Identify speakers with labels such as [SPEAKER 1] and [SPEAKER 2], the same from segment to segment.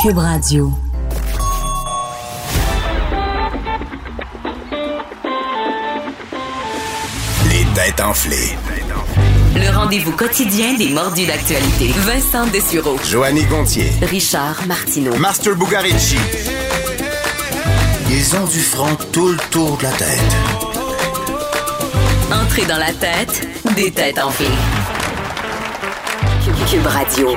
[SPEAKER 1] Cube Radio.
[SPEAKER 2] Les têtes enflées.
[SPEAKER 3] Le rendez-vous quotidien des mordus d'actualité. Vincent Dessureau.
[SPEAKER 2] Joanny Gontier.
[SPEAKER 3] Richard Martineau.
[SPEAKER 2] Master Bugarici. Ils ont du front tout le tour de la tête.
[SPEAKER 3] Entrée dans la tête des têtes enflées. Cube, Cube Radio.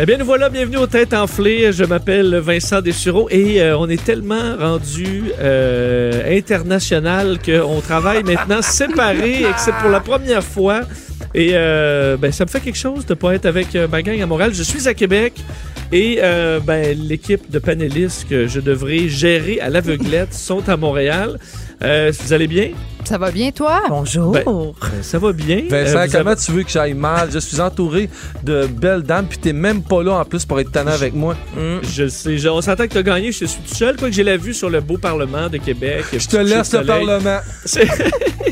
[SPEAKER 4] Eh bien, nous voilà, bienvenue aux Têtes Enflées. Je m'appelle Vincent Dessureau et euh, on est tellement rendu euh, international qu'on travaille maintenant séparés, except pour la première fois. Et euh, ben, ça me fait quelque chose de pas être avec euh, ma gang à Montréal. Je suis à Québec et euh, ben, l'équipe de panélistes que je devrais gérer à l'aveuglette sont à Montréal. Euh, vous allez bien?
[SPEAKER 5] Ça va bien, toi? Bonjour.
[SPEAKER 4] Ben- Ben, ça va bien.
[SPEAKER 6] Vincent,
[SPEAKER 4] Euh, vous
[SPEAKER 6] comment
[SPEAKER 4] avez-
[SPEAKER 6] tu veux que j'aille mal? Je suis entouré de belles dames, puis t'es même pas là en plus pour être tannant avec moi.
[SPEAKER 7] Hum,
[SPEAKER 4] Je le sais, je- on s'entend que t'as gagné, je suis tout seul, quoi que j'ai la vue sur le beau Parlement de Québec.
[SPEAKER 6] Je te laisse le Parlement.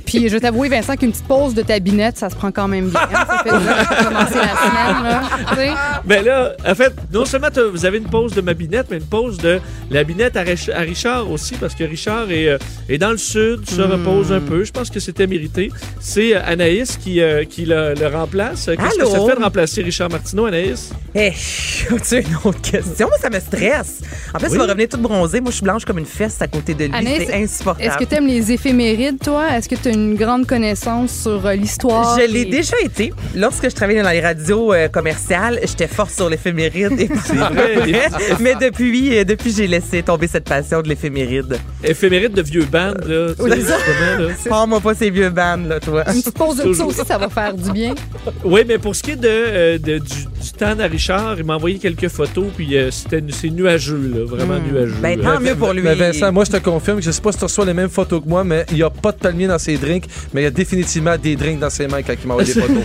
[SPEAKER 5] Puis je vais t'avouer, Vincent, qu'une petite pause de ta binette, ça se prend quand même bien. hein. Ça fait déjà commencer la semaine, là. Tu sais?
[SPEAKER 4] Mais Ben là, en fait, non seulement t'as- vous avez une pause de ma binette, mais une pause de la binette à, Rich- à Richard aussi, parce que Richard est, euh, est dans le sud,
[SPEAKER 6] Hmm.
[SPEAKER 4] se repose un peu. Je pense que c'était mérité. C'est euh, Anaïs qui, euh, qui le, le remplace. Qu'est-ce que
[SPEAKER 7] Allô?
[SPEAKER 4] ça fait de remplacer Richard Martineau, Anaïs?
[SPEAKER 7] Eh, as-tu une autre question? Moi, ça me stresse. En plus,
[SPEAKER 4] Oui.
[SPEAKER 7] il va revenir toute bronzée. Moi, je suis blanche comme une fesse à côté de lui.
[SPEAKER 5] Anaïs,
[SPEAKER 7] C'est insupportable.
[SPEAKER 5] Est-ce que t'aimes les éphémérides, toi? Est-ce que t'as une grande connaissance sur euh, l'histoire?
[SPEAKER 7] Je l'ai
[SPEAKER 5] et-
[SPEAKER 7] déjà été. Lorsque je travaillais dans les radios euh, commerciales, j'étais forte sur l'éphéméride. et-
[SPEAKER 4] vrai.
[SPEAKER 7] Mais depuis, euh, depuis j'ai laissé tomber cette passion de l'éphéméride.
[SPEAKER 4] Éphémérite de vieux band, là. tu sais,
[SPEAKER 7] oui.
[SPEAKER 4] justement, là.
[SPEAKER 7] Parle-moi pas ces vieux bandes, là, toi.
[SPEAKER 5] Une petite pause de ça
[SPEAKER 4] Toujours.
[SPEAKER 5] aussi, ça va faire du bien.
[SPEAKER 4] Oui, mais pour ce qui est de, euh, de- du, du temps à Richard, il m'a envoyé quelques photos, puis euh, c'était c'est nuageux, là, vraiment nuageux.
[SPEAKER 7] Ben,
[SPEAKER 4] là.
[SPEAKER 7] tant mieux pour lui.
[SPEAKER 6] Mais Vincent, moi, je te confirme que je sais pas si tu reçois les mêmes photos que moi, mais il y a pas de palmier dans ses drinks, mais il y a définitivement des drinks dans ses mains quand il m'envoie des photos.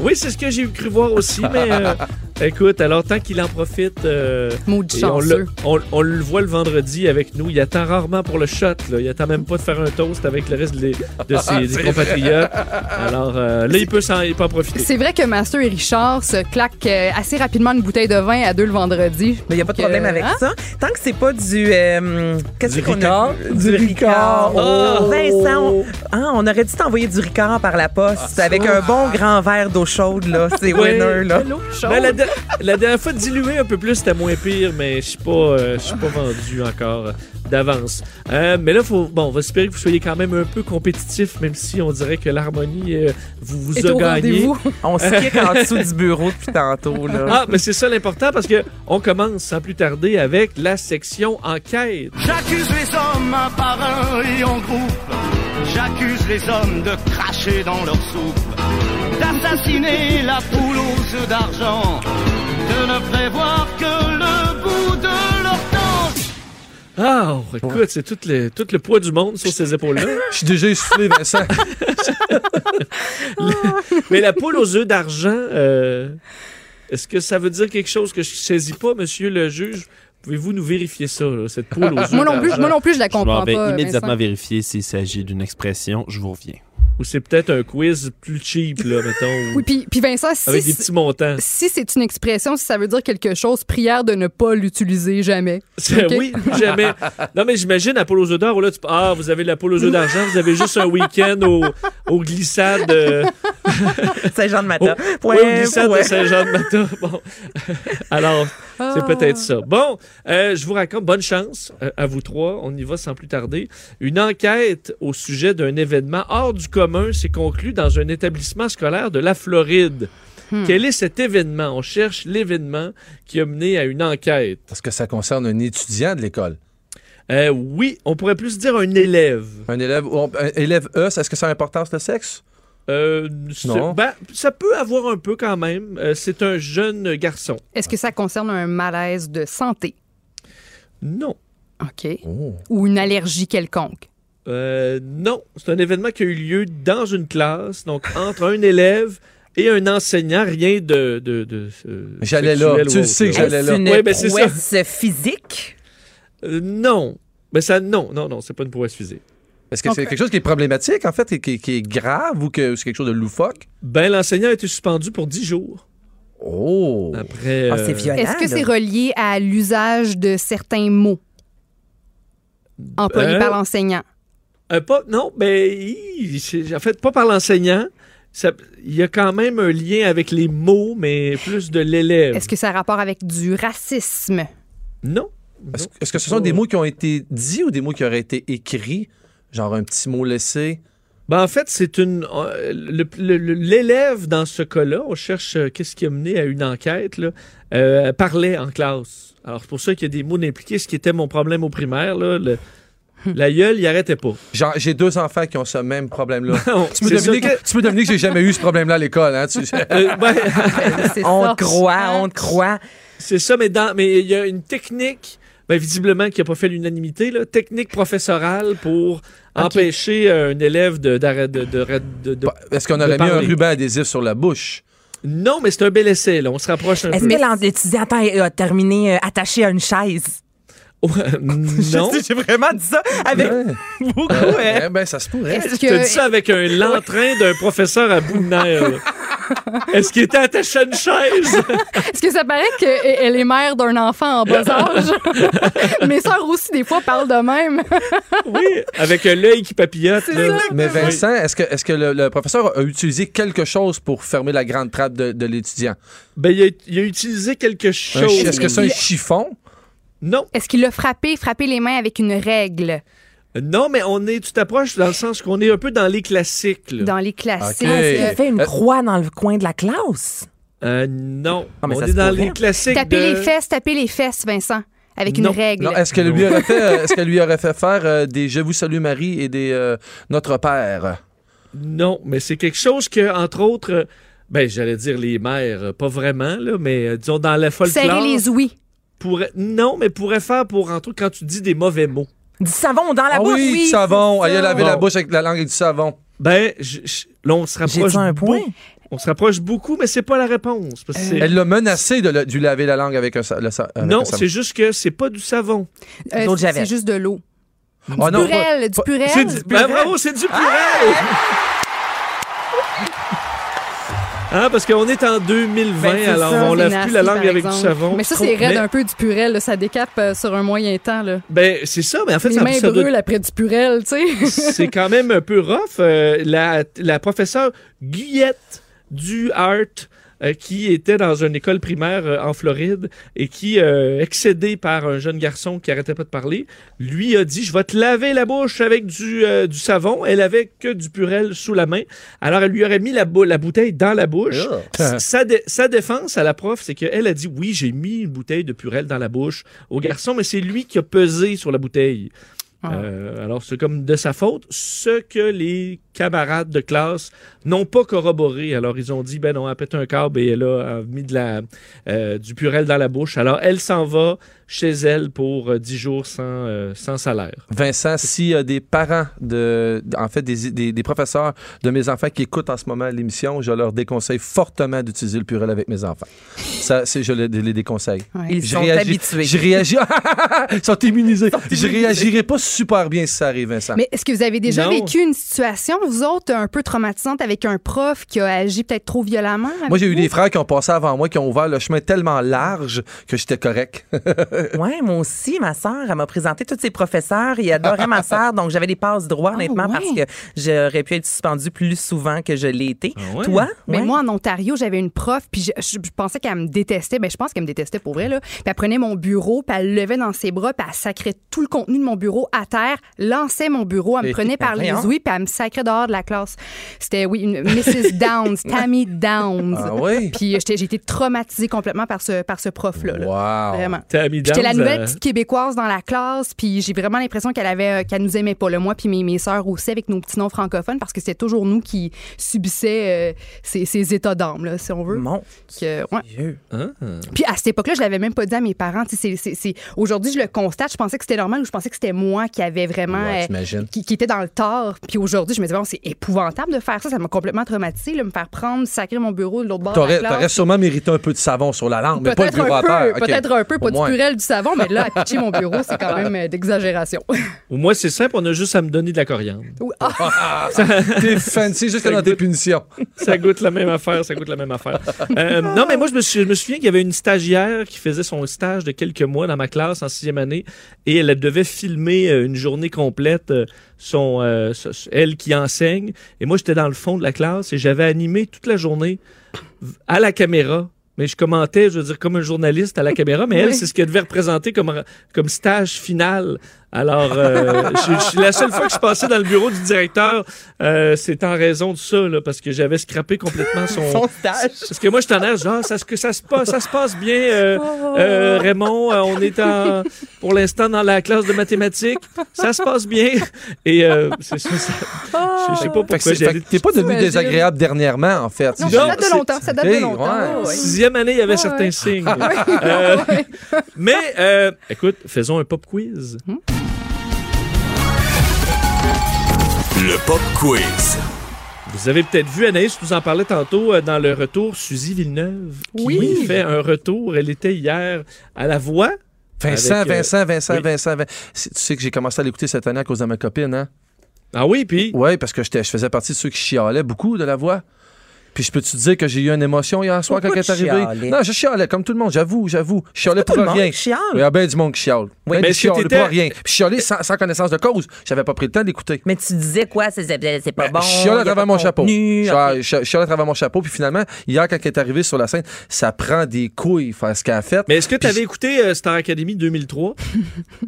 [SPEAKER 4] Oui, c'est ce que j'ai cru voir aussi, mais euh, écoute, alors tant qu'il en profite, euh,
[SPEAKER 5] Maudit
[SPEAKER 4] et on, le,
[SPEAKER 5] chanceux.
[SPEAKER 4] on- on le voit le vendredi avec nous, il attend rarement pour le shot, là. il attend même pas de faire un toast avec le reste des- de
[SPEAKER 7] Ah,
[SPEAKER 4] ses des compatriotes. Alors euh, là, il peut, s'en- il peut en profiter.
[SPEAKER 5] C'est vrai que Master et Richard se claquent euh, assez rapidement une bouteille de vin à deux le vendredi.
[SPEAKER 7] Mais il n'y a pas de
[SPEAKER 5] Donc,
[SPEAKER 7] problème
[SPEAKER 5] euh,
[SPEAKER 7] avec
[SPEAKER 5] hein?
[SPEAKER 7] ça. Tant que c'est pas du. euh, Qu'est-ce
[SPEAKER 6] Du
[SPEAKER 7] qu'on
[SPEAKER 6] Ricard.
[SPEAKER 7] a? Du Ricard.
[SPEAKER 4] Oh!
[SPEAKER 7] Vincent, on, ah, on aurait dû t'envoyer du Ricard par la poste
[SPEAKER 6] Ah,
[SPEAKER 7] avec un bon grand verre d'eau chaude, là. C'est winner, là.
[SPEAKER 4] Ouais. Ben, la, de- la dernière fois, dilué un peu plus, c'était moins pire, mais je suis pas, euh, je suis pas vendu encore euh, d'avance. Euh, mais là, faut, bon, on va espérer que vous soyez quand même un peu compétitif, même si on dirait que l'harmonie euh, vous, vous
[SPEAKER 5] Est
[SPEAKER 4] a
[SPEAKER 5] au
[SPEAKER 4] gagné.
[SPEAKER 5] rendez-vous.
[SPEAKER 7] On se kick en dessous du bureau depuis tantôt, là.
[SPEAKER 4] Ah, mais c'est ça l'important parce que on commence sans plus tarder avec la section enquête.
[SPEAKER 8] J'accuse les hommes un par un et en groupe. J'accuse les hommes de cracher dans leur soupe, d'assassiner la poule aux œufs d'argent, de ne prévoir que le bout de leur temps.
[SPEAKER 4] Ah, oh, écoute, c'est tout le, tout le poids du monde sur ces épaules-là.
[SPEAKER 6] Ah, Je suis déjà essoufflé, Vincent.
[SPEAKER 4] mais la poule aux œufs d'argent, euh, est-ce que ça veut dire quelque chose que je saisis pas, monsieur le juge? Pouvez-vous nous vérifier ça, là, cette poule aux œufs
[SPEAKER 5] Moi non, plus,
[SPEAKER 4] d'argent?
[SPEAKER 5] moi non plus, je la
[SPEAKER 9] Je
[SPEAKER 5] comprends
[SPEAKER 9] m'en vais
[SPEAKER 5] pas.
[SPEAKER 9] immédiatement
[SPEAKER 5] Vincent.
[SPEAKER 9] vérifier s'il s'agit d'une expression. Je vous reviens.
[SPEAKER 4] Ou c'est peut-être un quiz plus cheap, là, mettons,
[SPEAKER 5] Oui, puis, puis Vincent, si
[SPEAKER 4] avec des petits montants.
[SPEAKER 5] si c'est une expression, si ça veut dire quelque chose, prière de ne pas l'utiliser jamais.
[SPEAKER 4] C'est-
[SPEAKER 5] Ok.
[SPEAKER 4] Oui, jamais. Non, mais j'imagine la poule aux œufs d'or, où là, tu... ah, vous avez la poule aux œufs d'argent, vous avez juste un week-end au, aux glissades, euh,
[SPEAKER 7] Saint-Jean-de-Mata.
[SPEAKER 4] oui, aux glissades
[SPEAKER 7] ouais.
[SPEAKER 4] Oh, de Saint-Jean-de-Mata. Bon. Alors, c'est peut-être ça. Bon, euh, je vous raconte, bonne chance euh, à vous trois. On y va sans plus tarder. Une enquête au sujet d'un événement hors du commun s'est conclue dans un établissement scolaire de la Floride. Quel est cet événement? On cherche l'événement qui a mené à une enquête.
[SPEAKER 6] Parce que ça concerne un étudiant de l'école.
[SPEAKER 4] Euh, oui, on pourrait plus dire un élève.
[SPEAKER 6] Un élève, un élève E, est-ce que ça a importance le sexe?
[SPEAKER 4] Euh, c'est-
[SPEAKER 6] Non.
[SPEAKER 4] ben, ça peut avoir un peu quand même. Euh, c'est un jeune garçon.
[SPEAKER 5] Est-ce que ça concerne un malaise de santé?
[SPEAKER 4] Non.
[SPEAKER 5] OK.
[SPEAKER 4] Oh.
[SPEAKER 5] Ou une allergie quelconque?
[SPEAKER 4] Euh, non, c'est un événement qui a eu lieu dans une classe, donc entre un élève et un enseignant, rien de. de, de, euh,
[SPEAKER 6] J'allais
[SPEAKER 4] sexuel
[SPEAKER 6] là.
[SPEAKER 4] ou
[SPEAKER 6] Tu le
[SPEAKER 4] autre,
[SPEAKER 6] sais que
[SPEAKER 4] là.
[SPEAKER 6] j'allais
[SPEAKER 7] Est-ce
[SPEAKER 6] là.
[SPEAKER 7] une
[SPEAKER 4] Ouais, ben, c'est ça.
[SPEAKER 7] prouesse physique?
[SPEAKER 4] Euh, non. Ben ça, non, non, non, c'est pas une prouesse physique.
[SPEAKER 6] Est-ce que c'est quelque chose qui est problématique, en fait, et qui, qui est grave ou que c'est quelque chose de loufoque?
[SPEAKER 4] Ben, l'enseignant a été suspendu pour 10 jours.
[SPEAKER 6] Oh!
[SPEAKER 4] Après.
[SPEAKER 7] Ah, c'est
[SPEAKER 4] euh,
[SPEAKER 7] violent.
[SPEAKER 5] Est-ce que c'est
[SPEAKER 7] là.
[SPEAKER 5] relié à l'usage de certains mots employés
[SPEAKER 4] Ben-
[SPEAKER 5] par l'enseignant?
[SPEAKER 4] Euh, pas, non, mais hi, c'est- en fait, pas par l'enseignant. Ça- Il y a quand même un lien avec les mots, mais plus de l'élève.
[SPEAKER 5] Est-ce que ça a rapport avec du racisme?
[SPEAKER 4] Euh, Non.
[SPEAKER 6] Est-ce
[SPEAKER 4] Non.
[SPEAKER 6] est-ce que ce sont des mots qui ont été dits ou des mots qui auraient été écrits? Genre un petit mot laissé?
[SPEAKER 4] Ben, en fait, c'est une. euh, le- le- le- L'élève, dans ce cas-là, on cherche euh, qu'est-ce qui a mené à une enquête, là, euh, parlait en classe. Alors, c'est pour ça qu'il y a des mots impliqués, ce qui était mon problème au primaire. Là, le-
[SPEAKER 7] Hmm.
[SPEAKER 4] la gueule, il arrêtait pas.
[SPEAKER 6] Genre, j'ai deux enfants qui ont ce même problème-là.
[SPEAKER 4] Non,
[SPEAKER 6] tu, peux
[SPEAKER 4] c'est ça
[SPEAKER 6] deviner que...
[SPEAKER 4] que-
[SPEAKER 6] tu peux deviner que j'ai jamais eu ce problème-là à l'école, hein? Tu-
[SPEAKER 4] Euh, ben,
[SPEAKER 5] C'est Hein?
[SPEAKER 7] On
[SPEAKER 5] sorti-
[SPEAKER 7] te croit, on te croit.
[SPEAKER 4] c'est ça, mais dans- mais il y a une technique, ben, visiblement, qui n'a pas fait l'unanimité, là, technique professorale pour empêcher euh, un élève de, d'arrêt- de, de- de- de-
[SPEAKER 6] Bah, Est-ce qu'on aurait mis un
[SPEAKER 4] parler.
[SPEAKER 6] ruban adhésif sur la bouche?
[SPEAKER 4] Non, mais c'est un bel essai, là. On se rapproche un
[SPEAKER 7] Est-ce
[SPEAKER 4] peu.
[SPEAKER 7] que l'en- l'étudiant a terminé euh, attaché à une chaise?
[SPEAKER 4] Oh, non.
[SPEAKER 7] Je sais, J'ai vraiment dit ça avec beaucoup.
[SPEAKER 4] Ah
[SPEAKER 7] hein.
[SPEAKER 6] Eh ben, ça se pourrait.
[SPEAKER 5] Est-ce
[SPEAKER 4] Tu dis
[SPEAKER 5] que,
[SPEAKER 4] ça avec un l'entrain d'un professeur à bout de nerfs. là. Est-ce qu'il était attaché à une chaise?
[SPEAKER 5] est-ce que ça paraît qu'elle est mère d'un enfant en bas âge? Mes sœurs aussi, des fois, parlent de même.
[SPEAKER 4] oui, avec euh, l'œil qui papillote. là.
[SPEAKER 6] Mais Vincent, est-ce que, est que le, le professeur a utilisé quelque chose pour fermer la grande trappe de, de l'étudiant?
[SPEAKER 4] Ben, il, a, il a utilisé quelque
[SPEAKER 6] Un
[SPEAKER 4] chose.
[SPEAKER 6] chi- Est-ce que c'est un chiffon?
[SPEAKER 4] Non,
[SPEAKER 5] Est-ce qu'il a frappé, frappé les mains avec une règle
[SPEAKER 4] non, mais on est, tu t'approches dans le sens qu'on est un peu dans les classiques. là.
[SPEAKER 5] dans les classiques?
[SPEAKER 6] Ok.
[SPEAKER 7] Il a fait une
[SPEAKER 6] Euh,
[SPEAKER 7] croix dans le coin de la classe.
[SPEAKER 4] Euh, non,
[SPEAKER 7] Ah, mais
[SPEAKER 4] on
[SPEAKER 7] ça
[SPEAKER 4] est
[SPEAKER 7] se
[SPEAKER 4] dans
[SPEAKER 7] pourrait.
[SPEAKER 4] les classiques.
[SPEAKER 5] Taper
[SPEAKER 4] de-
[SPEAKER 5] les fesses, taper les fesses, Vincent, avec
[SPEAKER 4] Non.
[SPEAKER 5] une règle.
[SPEAKER 6] Non, est-ce que lui aurait fait, euh, est-ce que lui aurait fait faire euh, des Je vous salue Marie et des euh, Notre Père?
[SPEAKER 4] Non, mais c'est quelque chose que, entre autres, euh, ben, j'allais dire les mères, euh, pas vraiment, là, mais euh, disons dans la folklore.
[SPEAKER 5] Serrer les ouïes.
[SPEAKER 4] pourrait- Non, mais pourrait faire pour, entre autres, quand tu dis des mauvais mots.
[SPEAKER 7] Du savon dans la
[SPEAKER 6] ah
[SPEAKER 7] bouche.
[SPEAKER 6] oui, du savon.
[SPEAKER 7] c'est
[SPEAKER 6] Allez
[SPEAKER 7] ça.
[SPEAKER 6] laver
[SPEAKER 4] Bon.
[SPEAKER 6] la bouche avec la langue et du savon.
[SPEAKER 4] Ben, je- je- là, on se
[SPEAKER 7] J'ai
[SPEAKER 4] rapproche.
[SPEAKER 7] dit un point.
[SPEAKER 4] beaucoup. On se rapproche beaucoup, mais c'est pas la réponse. parce que c'est-
[SPEAKER 6] Elle l'a menacé de, le- du laver la langue avec un, sa- le, sa- avec
[SPEAKER 4] non,
[SPEAKER 6] un savon.
[SPEAKER 4] c'est juste que c'est pas du savon.
[SPEAKER 5] Euh,
[SPEAKER 7] L'eau de
[SPEAKER 5] c'est-
[SPEAKER 7] Javel.
[SPEAKER 5] c'est juste de l'eau.
[SPEAKER 4] Ah
[SPEAKER 6] Oh
[SPEAKER 5] Du
[SPEAKER 6] non,
[SPEAKER 5] purel, du
[SPEAKER 6] pas-
[SPEAKER 5] purel.
[SPEAKER 4] C'est du... ben, bravo, c'est du purée! Hein, parce qu'on est en 2020,
[SPEAKER 7] Ben, c'est
[SPEAKER 4] alors
[SPEAKER 7] ça,
[SPEAKER 4] on
[SPEAKER 5] C'est
[SPEAKER 4] lève plus la langue
[SPEAKER 5] nasty, par
[SPEAKER 4] avec du
[SPEAKER 5] exemple.
[SPEAKER 4] savon.
[SPEAKER 5] Mais ça,
[SPEAKER 4] Je trouve-
[SPEAKER 5] c'est raide
[SPEAKER 4] mais-
[SPEAKER 5] un peu du purel. là, ça décape euh, sur un moyen temps. Là.
[SPEAKER 4] Ben, c'est ça, mais en fait,
[SPEAKER 5] Les
[SPEAKER 4] ça,
[SPEAKER 5] mains
[SPEAKER 4] ça doit-
[SPEAKER 5] brûlent après du purel, tu sais.
[SPEAKER 4] c'est quand même un peu rough. Euh, la, la professeure Guyette du Hart, euh, qui était dans une école primaire euh, en Floride et qui, euh, excédé par un jeune garçon qui arrêtait pas de parler, lui a dit Je vais te laver la bouche avec du, euh, du savon. Elle avait que du purel sous la main. Alors, elle lui aurait mis la, bou- la bouteille dans la
[SPEAKER 6] Ah.
[SPEAKER 4] bouche.
[SPEAKER 5] Ah.
[SPEAKER 4] S- Sa, dé- sa défense à la prof, c'est qu'elle a dit Oui, j'ai mis une bouteille de purel dans la bouche au garçon, mais c'est lui qui a pesé sur la bouteille.
[SPEAKER 5] Ah.
[SPEAKER 4] Euh, alors, c'est comme de sa faute, ce que les camarades de classe n'ont pas corroboré. Alors, ils ont dit, ben non, elle a pété un câble et elle a euh, mis de la, euh, du purel dans la bouche. Alors, elle s'en va chez elle pour euh, 10 jours sans, euh, sans salaire.
[SPEAKER 6] Vincent, s'il y a des parents, de, en fait, des, des- des professeurs de mes enfants qui écoutent en ce moment l'émission, je leur déconseille fortement d'utiliser le purel avec mes enfants. Ça, c'est, je les, les déconseille.
[SPEAKER 7] Ils
[SPEAKER 6] Je
[SPEAKER 7] sont
[SPEAKER 6] réagis-
[SPEAKER 7] habitués.
[SPEAKER 6] Je réagis. Ils sont immunisés. Je réagirai pas super bien si ça arrive, Vincent.
[SPEAKER 5] Mais est-ce que vous avez déjà
[SPEAKER 4] Non.
[SPEAKER 5] vécu une situation, vous autres, un peu traumatisante avec un prof qui a agi peut-être trop violemment? avec
[SPEAKER 6] Moi, j'ai eu
[SPEAKER 5] vous?
[SPEAKER 6] des frères qui ont passé avant moi, qui ont ouvert le chemin tellement large que j'étais correct.
[SPEAKER 7] Ouais, moi aussi, ma sœur, elle m'a présenté tous ses professeurs. Il adorait ma sœur, donc j'avais des passes droits,
[SPEAKER 6] Ah
[SPEAKER 7] honnêtement,
[SPEAKER 5] ouais.
[SPEAKER 7] parce que j'aurais pu être suspendue plus souvent que je l'ai été.
[SPEAKER 6] Ah
[SPEAKER 4] ouais?
[SPEAKER 7] Toi?
[SPEAKER 5] Mais
[SPEAKER 7] Ouais.
[SPEAKER 5] moi, en Ontario, j'avais une prof, puis je, je- je pensais qu'elle me détestait. Ben, je pense qu'elle me détestait pour vrai, là. Puis elle prenait mon bureau, puis elle le levait dans ses bras, puis elle sacrait tout le contenu de mon bureau à terre, lançait mon bureau, elle me
[SPEAKER 6] Et-
[SPEAKER 5] prenait par les
[SPEAKER 7] voyons.
[SPEAKER 5] ouïes, puis elle me sacrait dehors de la classe. C'était, oui, une Mrs. Downs, Tammy Downs.
[SPEAKER 6] Ah oui?
[SPEAKER 5] Puis euh, j'étais- j'ai été traumatisée complètement par ce, par ce prof-là. là.
[SPEAKER 6] Wow.
[SPEAKER 5] Vraiment.
[SPEAKER 4] Tammy
[SPEAKER 5] Puis
[SPEAKER 4] Freedoms.
[SPEAKER 5] J'étais la nouvelle
[SPEAKER 4] euh,
[SPEAKER 5] petite québécoise dans la classe, puis j'ai vraiment l'impression qu'elle avait, euh, qu'elle nous aimait pas. Là. Moi, puis mes, mes sœurs aussi, avec nos petits noms francophones, parce que c'était toujours nous qui subissaient euh, ces, ces états d'âme, là, si on veut.
[SPEAKER 7] Mon
[SPEAKER 5] Que, ouais.
[SPEAKER 7] Dieu.
[SPEAKER 5] Puis à cette époque-là, je l'avais même pas dit à mes parents. Tu sais, c'est- c'est- c'est- Aujourd'hui, je le constate. Je pensais que c'était normal ou je pensais que c'était moi qui avait vraiment.
[SPEAKER 6] Ouais,
[SPEAKER 5] euh,
[SPEAKER 6] t'imagines.
[SPEAKER 5] qui, qui était dans le tort. Puis aujourd'hui, je me dis, bon, c'est épouvantable de faire ça. Ça m'a complètement traumatisée, là, me faire prendre, sacrer mon bureau de l'autre bord. de
[SPEAKER 6] T'aurais
[SPEAKER 5] la classe.
[SPEAKER 6] t'aurais sûrement mérité un peu de savon sur la langue, mais pas le
[SPEAKER 5] Peut-être
[SPEAKER 6] bureau
[SPEAKER 5] un
[SPEAKER 6] à terre.
[SPEAKER 5] peu,
[SPEAKER 6] OK.
[SPEAKER 5] peut-être un peu,
[SPEAKER 6] Au
[SPEAKER 5] pas de
[SPEAKER 6] moins.
[SPEAKER 5] purel du savon, mais de là, à pitcher mon bureau, c'est quand même euh, d'exagération.
[SPEAKER 4] Moi, c'est simple, on a juste à me donner de la coriandre.
[SPEAKER 5] Ou- ah,
[SPEAKER 6] T'es fancy jusqu'à dans tes punitions.
[SPEAKER 4] Ça goûte la même affaire, ça goûte la même affaire. Euh, non, mais moi, je me, suis- je me souviens qu'il y avait une stagiaire qui faisait son stage de quelques mois dans ma classe en sixième année et elle devait filmer euh, une journée complète, euh, son, euh, ce- ce- elle qui enseigne. Et moi, j'étais dans le fond de la classe et j'avais animé toute la journée v- à la caméra. Mais je commentais, je veux dire, comme un journaliste à la caméra, mais elle, c'est ce qu'elle devait représenter comme, comme stage final. Alors, euh, je- je- la seule fois que je passais dans le bureau du directeur, euh, c'est en raison de ça, là, parce que j'avais scrappé complètement son...
[SPEAKER 7] Son stage.
[SPEAKER 4] Parce que moi, je t'en ai genre, ça, se- que ça, se passe, ça se passe bien, euh, euh, Raymond. euh, on est en- pour l'instant dans la classe de mathématiques. Ça se passe bien. Et euh, c'est ça. ça- je, je sais pas
[SPEAKER 6] Fait que
[SPEAKER 4] pourquoi
[SPEAKER 6] c'est-
[SPEAKER 4] j'ai
[SPEAKER 6] fait que T'es pas devenu
[SPEAKER 5] T'imagines.
[SPEAKER 6] désagréable dernièrement, en fait.
[SPEAKER 5] non,
[SPEAKER 6] C'est
[SPEAKER 5] ça
[SPEAKER 6] juste-
[SPEAKER 5] date de longtemps, ça date
[SPEAKER 6] Hey,
[SPEAKER 5] de longtemps. Ah,
[SPEAKER 6] ouais.
[SPEAKER 5] ouais, ouais.
[SPEAKER 4] Sixième année, il y avait
[SPEAKER 5] Ouais,
[SPEAKER 4] certains
[SPEAKER 5] ouais.
[SPEAKER 4] signes. Euh, mais, euh, écoute, faisons un pop quiz.
[SPEAKER 2] Le Pop Quiz.
[SPEAKER 4] Vous avez peut-être vu, Anaïs nous en parlait tantôt euh, dans le retour, Suzy Villeneuve, qui
[SPEAKER 5] Oui.
[SPEAKER 4] fait un retour. Elle était hier à La Voix.
[SPEAKER 6] Vincent,
[SPEAKER 4] Avec, euh,
[SPEAKER 6] Vincent, Vincent,
[SPEAKER 4] oui.
[SPEAKER 6] Vincent, Vin- Si- Tu sais que j'ai commencé à l'écouter cette année à cause de ma copine, hein?
[SPEAKER 4] Ah oui, puis...
[SPEAKER 6] Oui, parce que j'étais- je faisais partie de ceux qui chialaient beaucoup de la voix. Puis je peux-tu te dire que j'ai eu une émotion hier soir quand
[SPEAKER 7] Pourquoi
[SPEAKER 6] elle est
[SPEAKER 7] tu
[SPEAKER 6] arrivée?
[SPEAKER 7] chialais?
[SPEAKER 6] Non, je chialais, comme tout le monde, j'avoue, j'avoue. Je chialais pour
[SPEAKER 7] tout le monde
[SPEAKER 6] rien.
[SPEAKER 7] qui chiale.
[SPEAKER 6] Il y a bien du monde qui chiale. Oui,
[SPEAKER 4] mais
[SPEAKER 6] mais
[SPEAKER 4] est-ce que
[SPEAKER 6] chiale
[SPEAKER 4] t'étais-
[SPEAKER 6] pour rien. Puis je chialais sans, sans connaissance de cause. J'avais pas pris le temps d'écouter. Ben,
[SPEAKER 7] Mais tu disais quoi? C'est c'est- c'est pas bon.
[SPEAKER 6] je chiale
[SPEAKER 7] y
[SPEAKER 6] à
[SPEAKER 7] a
[SPEAKER 6] travers
[SPEAKER 7] pas
[SPEAKER 6] mon
[SPEAKER 7] de
[SPEAKER 6] chapeau.
[SPEAKER 7] contenu.
[SPEAKER 6] Je chiale- Je chiale à travers mon chapeau. Puis finalement, hier, quand elle est arrivée sur la scène, ça prend des couilles faire ce qu'elle a fait.
[SPEAKER 4] Mais est-ce que tu avais
[SPEAKER 6] Puis-
[SPEAKER 4] écouté euh, Star Academy 2003?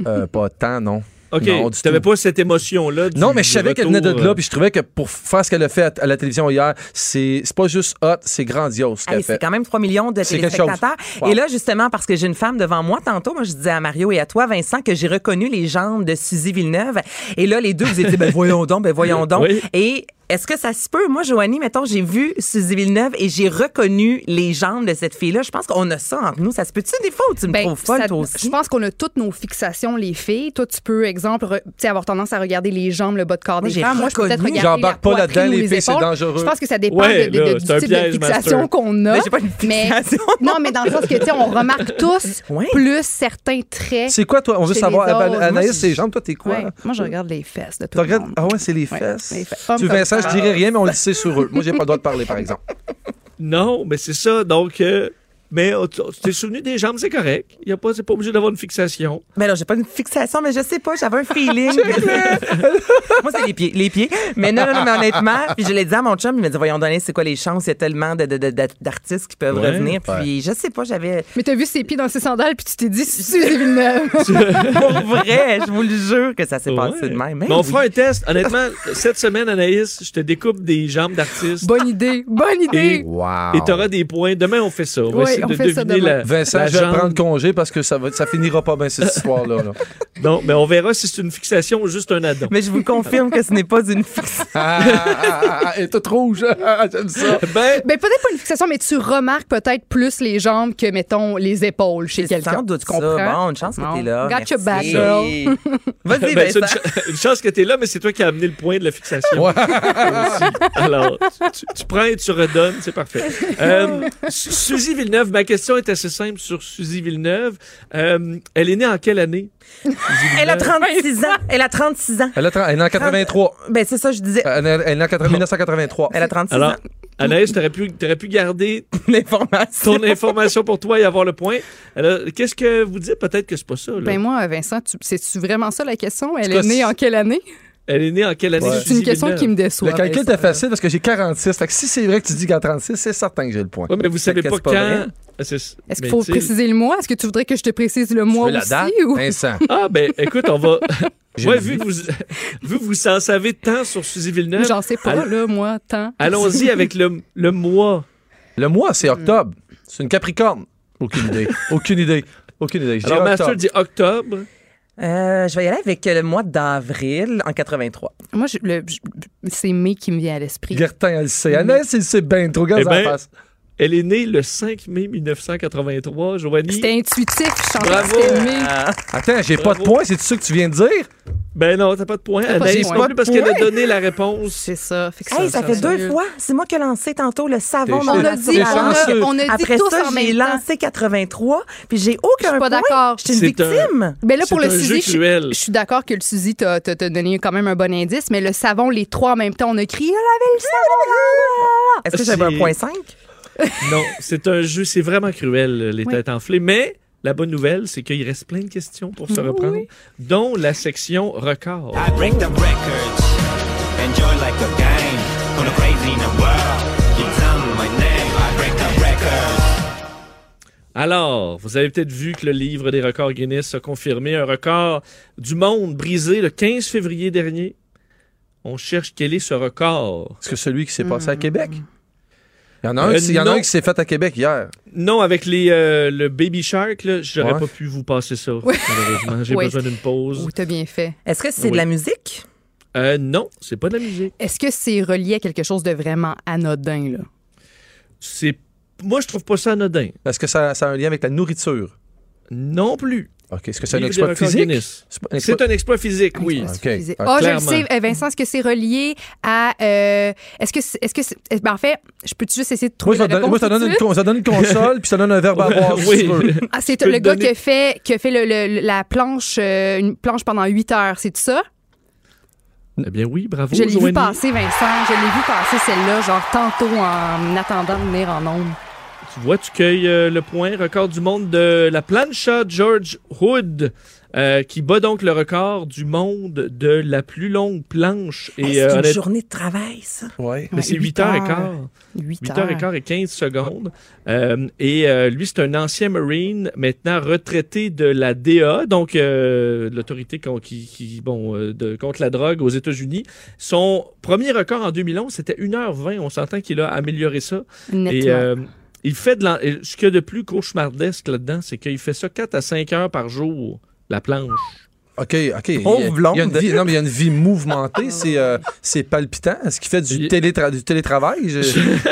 [SPEAKER 6] Euh, pas tant, non.
[SPEAKER 4] OK,
[SPEAKER 6] Non, du
[SPEAKER 4] tu n'avais
[SPEAKER 6] tout.
[SPEAKER 4] pas cette émotion-là. du-
[SPEAKER 6] Non, mais je
[SPEAKER 4] du
[SPEAKER 6] savais qu'elle venait de
[SPEAKER 4] retour, euh,
[SPEAKER 6] là, puis je trouvais que pour faire ce qu'elle a fait à, à la télévision hier, c'est c'est pas juste hot, c'est grandiose ce qu'elle
[SPEAKER 7] Hey,
[SPEAKER 6] a
[SPEAKER 7] c'est
[SPEAKER 6] fait.
[SPEAKER 7] quand même 3 millions de
[SPEAKER 6] C'est quelque chose.
[SPEAKER 7] téléspectateurs.
[SPEAKER 6] Wow.
[SPEAKER 7] Et là, justement, parce que j'ai une femme devant moi tantôt, moi, je disais à Mario et à toi, Vincent, que j'ai reconnu les jambes de Suzy Villeneuve. Et là, les deux, vous étiez, ben voyons donc, ben voyons donc.
[SPEAKER 4] Oui.
[SPEAKER 7] Et est-ce que ça se peut? Moi, Joanie, mettons, j'ai vu Suzy Villeneuve et j'ai reconnu les jambes de cette fille-là. Je pense qu'on a ça entre nous. Ça se peut-tu des fois ou tu me
[SPEAKER 5] Ben,
[SPEAKER 7] trouves folle,
[SPEAKER 5] ça-
[SPEAKER 7] toi
[SPEAKER 5] Je
[SPEAKER 7] aussi?
[SPEAKER 5] pense qu'on a toutes nos fixations, les filles. Toi, tu peux, exemple, re- tu sais, avoir tendance à regarder les jambes, le bas de corps
[SPEAKER 7] Moi,
[SPEAKER 5] des
[SPEAKER 7] j'ai
[SPEAKER 5] femmes. Moi, je peux
[SPEAKER 7] reconnu.
[SPEAKER 5] peut-être regarder
[SPEAKER 6] J'embarque
[SPEAKER 5] la
[SPEAKER 6] pas
[SPEAKER 5] poitrine
[SPEAKER 6] là-dedans,
[SPEAKER 5] ou
[SPEAKER 6] les filles, c'est
[SPEAKER 5] épaules.
[SPEAKER 6] dangereux.
[SPEAKER 5] Je pense que ça dépend
[SPEAKER 4] Ouais,
[SPEAKER 5] de- de-
[SPEAKER 4] là,
[SPEAKER 5] de-
[SPEAKER 4] c'est
[SPEAKER 5] du
[SPEAKER 4] un
[SPEAKER 5] type de
[SPEAKER 4] piège,
[SPEAKER 5] fixation
[SPEAKER 4] Master.
[SPEAKER 5] qu'on a.
[SPEAKER 7] Mais j'ai pas une
[SPEAKER 5] Mais-
[SPEAKER 7] fixation.
[SPEAKER 5] non, mais dans le sens que, tu sais, on remarque tous
[SPEAKER 7] Ouais.
[SPEAKER 5] plus certains traits.
[SPEAKER 6] C'est quoi, toi? On veut
[SPEAKER 5] Chez
[SPEAKER 6] savoir.
[SPEAKER 5] les
[SPEAKER 6] Ana-
[SPEAKER 5] autres, moi,
[SPEAKER 6] Anaïs,
[SPEAKER 5] je-
[SPEAKER 6] ses jambes, toi, t'es quoi?
[SPEAKER 5] Ouais. Moi, je regarde les fesses de tout
[SPEAKER 6] Tu
[SPEAKER 5] le
[SPEAKER 6] regardes-
[SPEAKER 5] monde.
[SPEAKER 6] Ah ouais, c'est les
[SPEAKER 5] Ouais,
[SPEAKER 6] fesses.
[SPEAKER 5] les fesses. Homme
[SPEAKER 6] Tu
[SPEAKER 5] comme
[SPEAKER 6] Vincent, je
[SPEAKER 5] femme.
[SPEAKER 6] dirais rien, mais on le sait sur eux. Moi, j'ai pas le droit de parler, par exemple.
[SPEAKER 4] Non, mais c'est ça. Donc, euh, mais euh, tu tu t'es souvenu des jambes, c'est correct. Y a pas, c'est pas obligé d'avoir une fixation.
[SPEAKER 7] Ben non, j'ai pas une fixation, mais je sais pas, j'avais un feeling. Moi, c'est les pieds, les pieds. Mais non, non, non, mais honnêtement, puis je l'ai dit à mon chum, il m'a dit, voyons donner, c'est quoi les chances, il y a tellement de- de- de- de- d'artistes qui peuvent
[SPEAKER 4] Ouais.
[SPEAKER 7] revenir. Puis je sais pas, j'avais...
[SPEAKER 5] Mais t'as vu ses pieds dans ses sandales, puis tu t'es dit, Suzy Villeneuve.
[SPEAKER 7] Pour vrai, je vous le jure que ça s'est passé
[SPEAKER 4] Ouais.
[SPEAKER 7] de même.
[SPEAKER 6] hein,
[SPEAKER 4] Mais on
[SPEAKER 7] oui.
[SPEAKER 4] fera un test. Honnêtement, cette semaine, Anaïs, je te découpe des jambes d'artistes.
[SPEAKER 5] Bonne idée, bonne idée.
[SPEAKER 6] Wow.
[SPEAKER 4] Et t'auras des points. Demain, on fait ça. On va
[SPEAKER 5] Oui,
[SPEAKER 4] essayer
[SPEAKER 5] on
[SPEAKER 4] de
[SPEAKER 5] fait ça
[SPEAKER 4] deviner
[SPEAKER 5] demain.
[SPEAKER 4] la,
[SPEAKER 6] Vincent,
[SPEAKER 4] la
[SPEAKER 6] je vais
[SPEAKER 4] jambe.
[SPEAKER 6] prendre congé parce que ça, va, ça finira pas bien, cette histoire-là. là.
[SPEAKER 4] Non, mais on verra si c'est une fixation ou juste un addon.
[SPEAKER 7] Mais je vous confirme que ce n'est pas une fixation.
[SPEAKER 6] Ah, ah, ah, ah, elle est toute rouge. Ah, J'aime ça.
[SPEAKER 4] Ben,
[SPEAKER 5] Ben, peut-être pas une fixation, mais tu remarques peut-être plus les jambes que, mettons, les épaules chez
[SPEAKER 7] C'est
[SPEAKER 5] quelqu'un.
[SPEAKER 7] sans doute
[SPEAKER 5] Tu
[SPEAKER 7] ça.
[SPEAKER 5] comprends?
[SPEAKER 7] Bon, une chance que
[SPEAKER 5] Non.
[SPEAKER 7] t'es là.
[SPEAKER 5] Got your
[SPEAKER 7] Merci.
[SPEAKER 5] back,
[SPEAKER 7] Vas-y,
[SPEAKER 4] ben, c'est une,
[SPEAKER 7] Vincent.
[SPEAKER 4] cha- une chance que t'es là, mais c'est toi qui as amené le point de la fixation.
[SPEAKER 6] Ouais.
[SPEAKER 4] Aussi. Alors, tu, tu prends et tu redonnes, c'est parfait. Euh, Su- Suzy Villeneuve, ma question est assez simple sur Suzy Villeneuve. Euh, elle est née en quelle année?
[SPEAKER 7] Elle a 36 ans. Elle a 36 ans.
[SPEAKER 6] Elle, a tra- elle est en 83.
[SPEAKER 7] Ben c'est ça, je disais.
[SPEAKER 6] Elle est elle est en 80- 1983.
[SPEAKER 7] Elle a 36
[SPEAKER 4] Euh, Alors,
[SPEAKER 7] ans.
[SPEAKER 4] Anaïs, t'aurais pu, t'aurais pu garder
[SPEAKER 7] L'information.
[SPEAKER 4] ton information pour toi et avoir le point. Alors, qu'est-ce que vous dites? Peut-être que c'est pas ça. là.
[SPEAKER 5] Ben moi, Vincent, tu- c'est-tu vraiment ça la question? Elle
[SPEAKER 6] tout
[SPEAKER 5] est
[SPEAKER 6] cas,
[SPEAKER 5] née en quelle année?
[SPEAKER 4] Elle est née en quelle année?
[SPEAKER 6] Ouais.
[SPEAKER 5] C'est une question qui me déçoit.
[SPEAKER 6] Le calcul
[SPEAKER 5] Vincent.
[SPEAKER 6] était facile parce que j'ai 46. Fait que si c'est vrai que tu dis qu'à 36, c'est certain que j'ai le point.
[SPEAKER 4] Oui, mais vous savez
[SPEAKER 6] Fait que
[SPEAKER 4] pas
[SPEAKER 6] c'est vrai.
[SPEAKER 4] quand. C'est-
[SPEAKER 5] Est-ce
[SPEAKER 4] ben,
[SPEAKER 5] qu'il faut
[SPEAKER 4] tu sais-
[SPEAKER 5] préciser le mois? Est-ce que tu voudrais que je te précise le mois
[SPEAKER 6] Tu veux
[SPEAKER 5] aussi?
[SPEAKER 6] la date?
[SPEAKER 5] ou-
[SPEAKER 6] Vincent.
[SPEAKER 4] Ah, ben, écoute, on va.
[SPEAKER 6] J'ai
[SPEAKER 4] Moi,
[SPEAKER 6] une
[SPEAKER 4] vu que vous, vu que vous en savez tant sur Suzy Villeneuve,
[SPEAKER 5] J'en sais pas,
[SPEAKER 4] Allons-
[SPEAKER 5] là, moi, tant.
[SPEAKER 4] allons-y avec le, le mois.
[SPEAKER 5] Hmm.
[SPEAKER 6] Le mois, c'est octobre. C'est une Capricorne. Aucune idée. Aucune idée. Aucune idée. Je
[SPEAKER 4] Alors,
[SPEAKER 6] dirais
[SPEAKER 4] Master
[SPEAKER 6] octobre.
[SPEAKER 4] dit octobre.
[SPEAKER 7] Euh, je vais y aller avec le mois d'avril en 83.
[SPEAKER 5] Moi, je- le- je- c'est mai qui me vient à l'esprit.
[SPEAKER 6] Gertin, elle le sait. Annès, il sait bien trop. Regarde
[SPEAKER 4] Eh
[SPEAKER 6] ça
[SPEAKER 4] ben,
[SPEAKER 6] en face.
[SPEAKER 4] Elle est née le 5 mai 1983. Joanie.
[SPEAKER 5] C'était intuitif, je sentais
[SPEAKER 4] Bravo.
[SPEAKER 5] que c'était mai.
[SPEAKER 7] Ah.
[SPEAKER 6] Attends, j'ai pas de
[SPEAKER 4] bravo.
[SPEAKER 6] points. C'est ça que tu viens de dire?
[SPEAKER 4] Ben non, t'as pas de point.
[SPEAKER 5] T'as pas de
[SPEAKER 4] Anaïs
[SPEAKER 5] point.
[SPEAKER 4] non plus parce qu'elle a
[SPEAKER 7] Ouais.
[SPEAKER 4] donné la réponse.
[SPEAKER 5] C'est ça. Fait que
[SPEAKER 7] Hey, ça fait deux
[SPEAKER 5] sérieux.
[SPEAKER 7] fois. C'est moi qui ai lancé tantôt le savon.
[SPEAKER 6] T'es
[SPEAKER 7] dans
[SPEAKER 5] On
[SPEAKER 7] la
[SPEAKER 5] a dit,
[SPEAKER 6] T'es
[SPEAKER 5] on a,
[SPEAKER 6] chanceux.
[SPEAKER 5] on a dit
[SPEAKER 7] Après
[SPEAKER 5] tous
[SPEAKER 7] ça,
[SPEAKER 5] en
[SPEAKER 7] j'ai
[SPEAKER 5] même temps.
[SPEAKER 7] lancé 83, puis j'ai aucun
[SPEAKER 5] Je suis pas
[SPEAKER 7] point.
[SPEAKER 5] d'accord.
[SPEAKER 7] Je suis une
[SPEAKER 4] C'est un-
[SPEAKER 7] victime.
[SPEAKER 5] Ben là, pour
[SPEAKER 4] C'est
[SPEAKER 5] le
[SPEAKER 4] un jeu
[SPEAKER 5] Suzy, je,
[SPEAKER 4] cruel.
[SPEAKER 5] je suis d'accord que le Suzy t'a t'a- t'a donné quand même un bon indice, mais le savon, les trois en même temps, on a crié « Lavez le savon!
[SPEAKER 7] Est-ce que j'avais
[SPEAKER 4] C'est-
[SPEAKER 7] un point 5?
[SPEAKER 4] Non, c'est un jeu, c'est vraiment cruel, euh, les
[SPEAKER 5] Oui.
[SPEAKER 4] têtes enflées. Mais la bonne nouvelle, c'est qu'il reste plein de questions pour se reprendre, dont la section record.
[SPEAKER 10] I break the records, enjoy like a game. Going crazy in the world, you tell me my name. I break the records.
[SPEAKER 4] Alors, vous avez peut-être vu que le livre des records Guinness a confirmé un record du monde brisé le 15 février dernier. On cherche quel est ce record.
[SPEAKER 6] Est-ce que celui qui s'est passé à Québec? Hmm. Il y en a un,
[SPEAKER 4] Euh,
[SPEAKER 6] qui- il y en a un
[SPEAKER 4] non.
[SPEAKER 6] qui s'est fait à Québec hier.
[SPEAKER 4] Non, avec les, euh, le Baby Shark, là, j'aurais
[SPEAKER 6] Ouais.
[SPEAKER 4] pas pu vous passer ça, malheureusement. J'ai
[SPEAKER 5] Oui.
[SPEAKER 4] besoin d'une » pause.
[SPEAKER 5] Oh, t'as bien fait.
[SPEAKER 7] Est-ce que c'est
[SPEAKER 4] Oui.
[SPEAKER 7] de la musique?
[SPEAKER 4] Euh, non, c'est pas de la musique.
[SPEAKER 5] Est-ce que c'est relié à quelque chose de vraiment anodin, là?
[SPEAKER 4] C'est... Moi, je trouve pas ça anodin.
[SPEAKER 6] Est-ce que ça, ça a un lien avec la nourriture?
[SPEAKER 4] Non plus.
[SPEAKER 6] OK. Est-ce que c'est un
[SPEAKER 4] Livre des
[SPEAKER 6] exploit
[SPEAKER 4] records
[SPEAKER 6] physique?
[SPEAKER 4] Guinness.
[SPEAKER 6] C'est pas un exploit-
[SPEAKER 4] C'est un exploit physique, oui.
[SPEAKER 6] Ah,
[SPEAKER 5] Ah,
[SPEAKER 6] OK.
[SPEAKER 5] oh, je le
[SPEAKER 4] clairement.
[SPEAKER 5] sais, euh, Vincent, est-ce que c'est relié à... euh, est-ce que... c'est- Est-ce que c'est- eh ben, en fait, je peux-tu juste essayer de
[SPEAKER 6] Moi,
[SPEAKER 5] trouver
[SPEAKER 6] ça
[SPEAKER 5] la
[SPEAKER 6] donne, moi,
[SPEAKER 5] réponse
[SPEAKER 6] ça
[SPEAKER 5] tout de
[SPEAKER 6] donne une,
[SPEAKER 5] suite?
[SPEAKER 6] con- ça donne une console, puis ça donne un verbe à boire, si tu veux.
[SPEAKER 5] Ah, c'est
[SPEAKER 4] Je peux
[SPEAKER 5] le
[SPEAKER 4] te
[SPEAKER 5] gars
[SPEAKER 4] donner-
[SPEAKER 5] qui a fait, qui a fait le- le- la planche, euh, une planche pendant 8 heures, c'est ça?
[SPEAKER 4] Eh bien oui, bravo.
[SPEAKER 5] Je l'ai vu
[SPEAKER 4] Joanie.
[SPEAKER 5] passer, Vincent. Je l'ai vu passer celle-là, genre tantôt en attendant de venir en nombre.
[SPEAKER 4] Tu vois, tu cueilles euh, le point record du monde de la plancha George Hood, euh, qui bat donc le record du monde de la plus longue planche.
[SPEAKER 7] Hey,
[SPEAKER 4] Et,
[SPEAKER 7] c'est
[SPEAKER 4] euh,
[SPEAKER 7] une
[SPEAKER 4] honnêtement,
[SPEAKER 7] journée de travail, ça.
[SPEAKER 6] Ouais.
[SPEAKER 4] mais c'est 8 heures et quart.
[SPEAKER 5] 8,
[SPEAKER 4] 8 heures et quart et 15 secondes. Euh, et euh, lui, c'est un ancien Marine, maintenant retraité de la DA, donc euh, l'autorité con- qui, qui, bon, euh, de, contre la drogue aux États-Unis. Son premier record en 2011, c'était 1h20. On s'entend qu'il a amélioré ça.
[SPEAKER 5] Nettement.
[SPEAKER 4] Et euh, il fait de l'en- et ce qu'il y a de plus cauchemardesque là-dedans, c'est qu'il fait ça 4 à 5 heures par jour, la planche.
[SPEAKER 6] OK, OK. Il y a-
[SPEAKER 7] Pauvre
[SPEAKER 6] il y a une
[SPEAKER 7] blonde.
[SPEAKER 6] vie- non, mais il y a une vie mouvementée, c'est, euh, c'est palpitant. Est-ce qu'il fait du,
[SPEAKER 4] Il-
[SPEAKER 6] télétra- du télétravail? Je-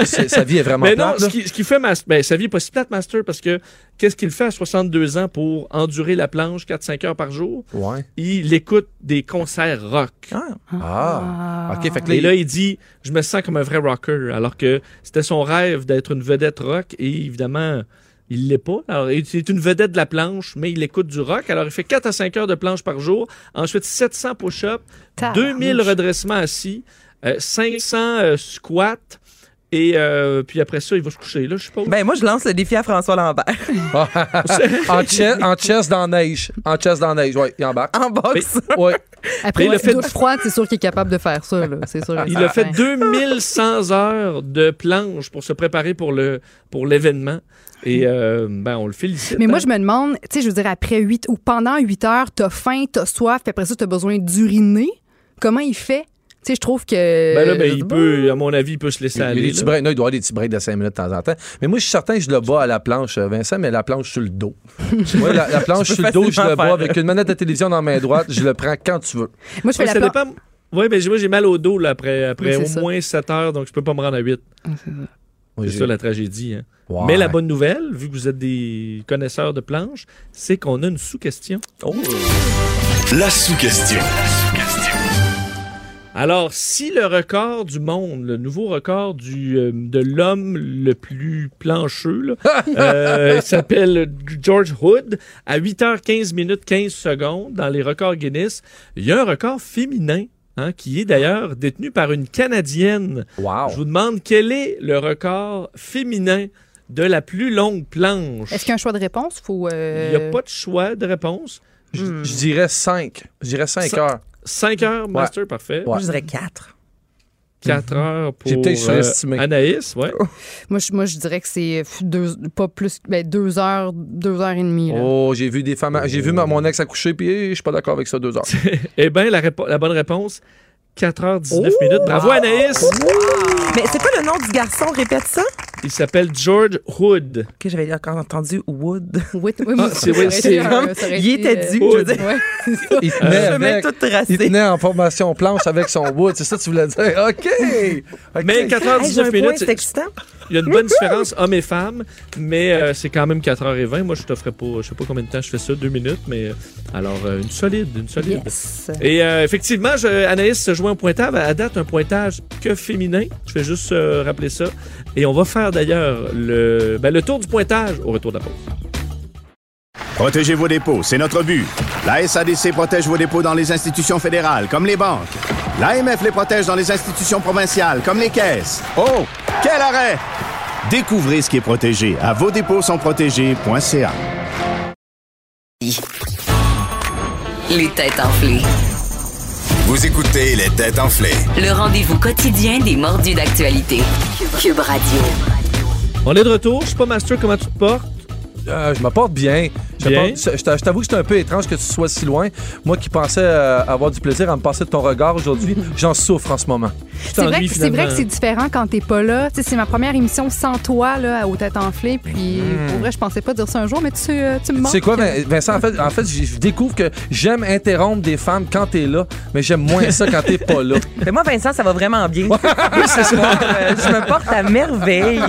[SPEAKER 6] c'est- sa vie est vraiment
[SPEAKER 4] Mais non,
[SPEAKER 6] plate,
[SPEAKER 4] ce
[SPEAKER 6] là.
[SPEAKER 4] qui, ce qui fait mas- ben, sa vie est pas si plate, Master, parce que qu'est-ce qu'il fait à 62 ans pour endurer la planche 4-5 heures par jour?
[SPEAKER 6] Ouais.
[SPEAKER 4] Il écoute des concerts rock.
[SPEAKER 7] Ah.
[SPEAKER 6] Ah. OK, fait que là,
[SPEAKER 4] Et là, il dit Je me sens comme un vrai rocker, alors que c'était son rêve d'être une vedette rock, et évidemment, il l'est pas. Alors, il est une vedette de la planche, mais il écoute du rock. Alors, il fait 4 à 5 heures de planche par jour, ensuite 700 push-ups,
[SPEAKER 5] Tabarnouche.
[SPEAKER 4] 2000 redressements assis, euh, 500 euh, squats, et euh, puis après ça, il va se coucher, là, je suppose.
[SPEAKER 7] Ben, moi, je lance le défi à François Lambert.
[SPEAKER 6] en, chess, en chess dans la neige. En chess dans la neige, ouais, il embarque.
[SPEAKER 7] en boxe.
[SPEAKER 6] Ouais.
[SPEAKER 5] Après
[SPEAKER 4] il a
[SPEAKER 5] une
[SPEAKER 4] fait-
[SPEAKER 5] douche froide, c'est sûr qu'il est capable de faire ça. là. C'est sûr. et
[SPEAKER 4] Il a fait
[SPEAKER 5] certain.
[SPEAKER 4] 2100 heures de planche pour se préparer pour le pour l'événement. Et euh, ben, on le félicite.
[SPEAKER 5] Mmh. Mais moi,
[SPEAKER 4] hein.
[SPEAKER 5] je me demande, tu sais, je veux dire, après 8 ou pendant 8 heures, t'as faim, t'as soif, puis après ça, t'as besoin d'uriner. Comment il fait? Tu sais, je trouve que.
[SPEAKER 4] Ben là, ben, il peut, à mon avis, il peut se laisser
[SPEAKER 6] Il, y a des
[SPEAKER 4] aller.
[SPEAKER 6] petits
[SPEAKER 4] là.
[SPEAKER 6] breaks. Non, il doit y avoir des petits breaks de 5 minutes de temps en temps. Mais moi, je suis certain que je le bats à la planche, euh, Vincent, mais la planche sur le dos. Moi, la, la planche sur le dos, je le
[SPEAKER 7] facilement
[SPEAKER 6] bats
[SPEAKER 7] faire.
[SPEAKER 6] avec une manette de télévision dans ma main droite. Je le prends quand tu veux.
[SPEAKER 5] Moi, je fais
[SPEAKER 4] Ouais,
[SPEAKER 5] la
[SPEAKER 4] ça
[SPEAKER 5] plan-
[SPEAKER 4] dépend. Oui, mais j'ai- moi, j'ai mal au dos là, après, après
[SPEAKER 5] Oui, c'est
[SPEAKER 4] au
[SPEAKER 5] ça.
[SPEAKER 4] moins 7 heures, donc je peux pas me rendre à 8.
[SPEAKER 6] Oui,
[SPEAKER 4] c'est
[SPEAKER 6] j'ai-
[SPEAKER 4] ça la tragédie. hein.
[SPEAKER 6] Ouais.
[SPEAKER 4] Mais la bonne nouvelle, vu que vous êtes des connaisseurs de planches, c'est qu'on a une sous-question.
[SPEAKER 2] La sous-question.
[SPEAKER 4] Alors, si le record du monde, le nouveau record du, euh, de l'homme le plus plancheux, là, euh, il s'appelle George Hood, à 8h15 minutes 15 secondes dans les records Guinness, il y a un record féminin hein, qui est d'ailleurs détenu par une Canadienne.
[SPEAKER 6] Wow.
[SPEAKER 4] Je vous demande quel est le record féminin de la plus longue planche.
[SPEAKER 5] Est-ce qu'il y a un choix de réponse? Faut, euh,
[SPEAKER 4] Il n'y a pas de choix de réponse.
[SPEAKER 6] Je,
[SPEAKER 7] Hmm.
[SPEAKER 6] je dirais 5. Je dirais 5
[SPEAKER 4] Cin-
[SPEAKER 6] heures.
[SPEAKER 4] 5 heures, master, parfait.
[SPEAKER 6] Ouais.
[SPEAKER 7] Moi, je dirais 4.
[SPEAKER 4] 4 heures pour euh,
[SPEAKER 6] J'ai peut-être surestimé.
[SPEAKER 4] Anaïs, ouais.
[SPEAKER 5] Moi, je, moi, je dirais que c'est deux, pas plus, ben, deux heures, deux heures et demie. là.
[SPEAKER 6] Oh, j'ai vu
[SPEAKER 4] ben,
[SPEAKER 6] des femmes. J'ai vu ma- mon ex accoucher, puis eh, je suis pas d'accord avec ça deux heures.
[SPEAKER 4] Eh bien, la, répo- la bonne réponse, 4h19 minutes. Bravo Anaïs!
[SPEAKER 7] Oh! Mais c'est quoi le nom du garçon? Répète ça.
[SPEAKER 4] Il s'appelle George Hood.
[SPEAKER 7] Ok, j'avais encore entendu Wood.
[SPEAKER 5] Wood, oui,
[SPEAKER 4] Ah,
[SPEAKER 5] moi aussi,
[SPEAKER 4] c'est- oui,
[SPEAKER 5] ça aurait
[SPEAKER 4] c'est-
[SPEAKER 5] été un-
[SPEAKER 7] Comme,
[SPEAKER 5] ça aurait
[SPEAKER 7] il
[SPEAKER 5] été,
[SPEAKER 7] était dû,
[SPEAKER 5] euh,
[SPEAKER 7] je veux dire.
[SPEAKER 5] ouais, c'est ça.
[SPEAKER 6] Il tenait,
[SPEAKER 7] Je vais
[SPEAKER 6] avec,
[SPEAKER 7] tout tracer.
[SPEAKER 6] il tenait en formation planche avec son wood. C'est ça que tu voulais dire? OK! OK.
[SPEAKER 4] Mais
[SPEAKER 7] Hey, j'ai un
[SPEAKER 4] 4h19
[SPEAKER 7] point,
[SPEAKER 4] minutes,
[SPEAKER 7] c'est
[SPEAKER 4] c'est-
[SPEAKER 7] excitant.
[SPEAKER 4] il y a une bonne différence hommes et femmes, mais euh, c'est quand même 4h20. Moi, je te ferai pas, je sais pas combien de temps je fais ça, deux minutes, mais euh, alors euh, une solide, une solide.
[SPEAKER 7] Yes.
[SPEAKER 4] Et euh, effectivement, je, Anaïs se joint au pointage. À date, un pointage que féminin. Je vais juste euh, rappeler ça. Et on va faire d'ailleurs le, ben, le tour du pointage au retour de la pause.
[SPEAKER 2] Protégez vos dépôts, c'est notre but. La SADC protège vos dépôts dans les institutions fédérales, comme les banques. L'AMF les protège dans les institutions provinciales, comme les caisses. Oh, quel arrêt! Découvrez ce qui est protégé à vos dépôts sont protégés.ca.
[SPEAKER 3] Les têtes enflées.
[SPEAKER 2] Vous écoutez les têtes enflées.
[SPEAKER 3] Le rendez-vous quotidien des mordus d'actualité. Cube Radio.
[SPEAKER 4] On est de retour. Je suis pas master comment tu te portes.
[SPEAKER 6] Euh, je me porte bien. Je,
[SPEAKER 4] Bien.
[SPEAKER 6] porte- je t'a- je t'avoue que c'est un peu étrange que tu sois si loin. Moi qui pensais euh, avoir du plaisir à me passer de ton regard aujourd'hui, j'en souffre en ce moment.
[SPEAKER 4] Je
[SPEAKER 5] C'est vrai,
[SPEAKER 4] t'ennuie
[SPEAKER 5] que- c'est vrai
[SPEAKER 4] finalement.
[SPEAKER 5] que c'est différent quand t'es pas là. Tu sais, c'est ma première émission sans toi, là, aux têtes enflées. Puis, pour vrai, je pensais pas dire ça un jour, mais tu, euh, tu me manques.
[SPEAKER 6] C'est quoi, Vin- Vincent? En fait, en fait je je découvre que j'aime interrompre des femmes quand t'es là, mais j'aime moins ça quand t'es pas là.
[SPEAKER 7] Mais moi, Vincent, ça va vraiment bien. Euh, je me porte à merveille.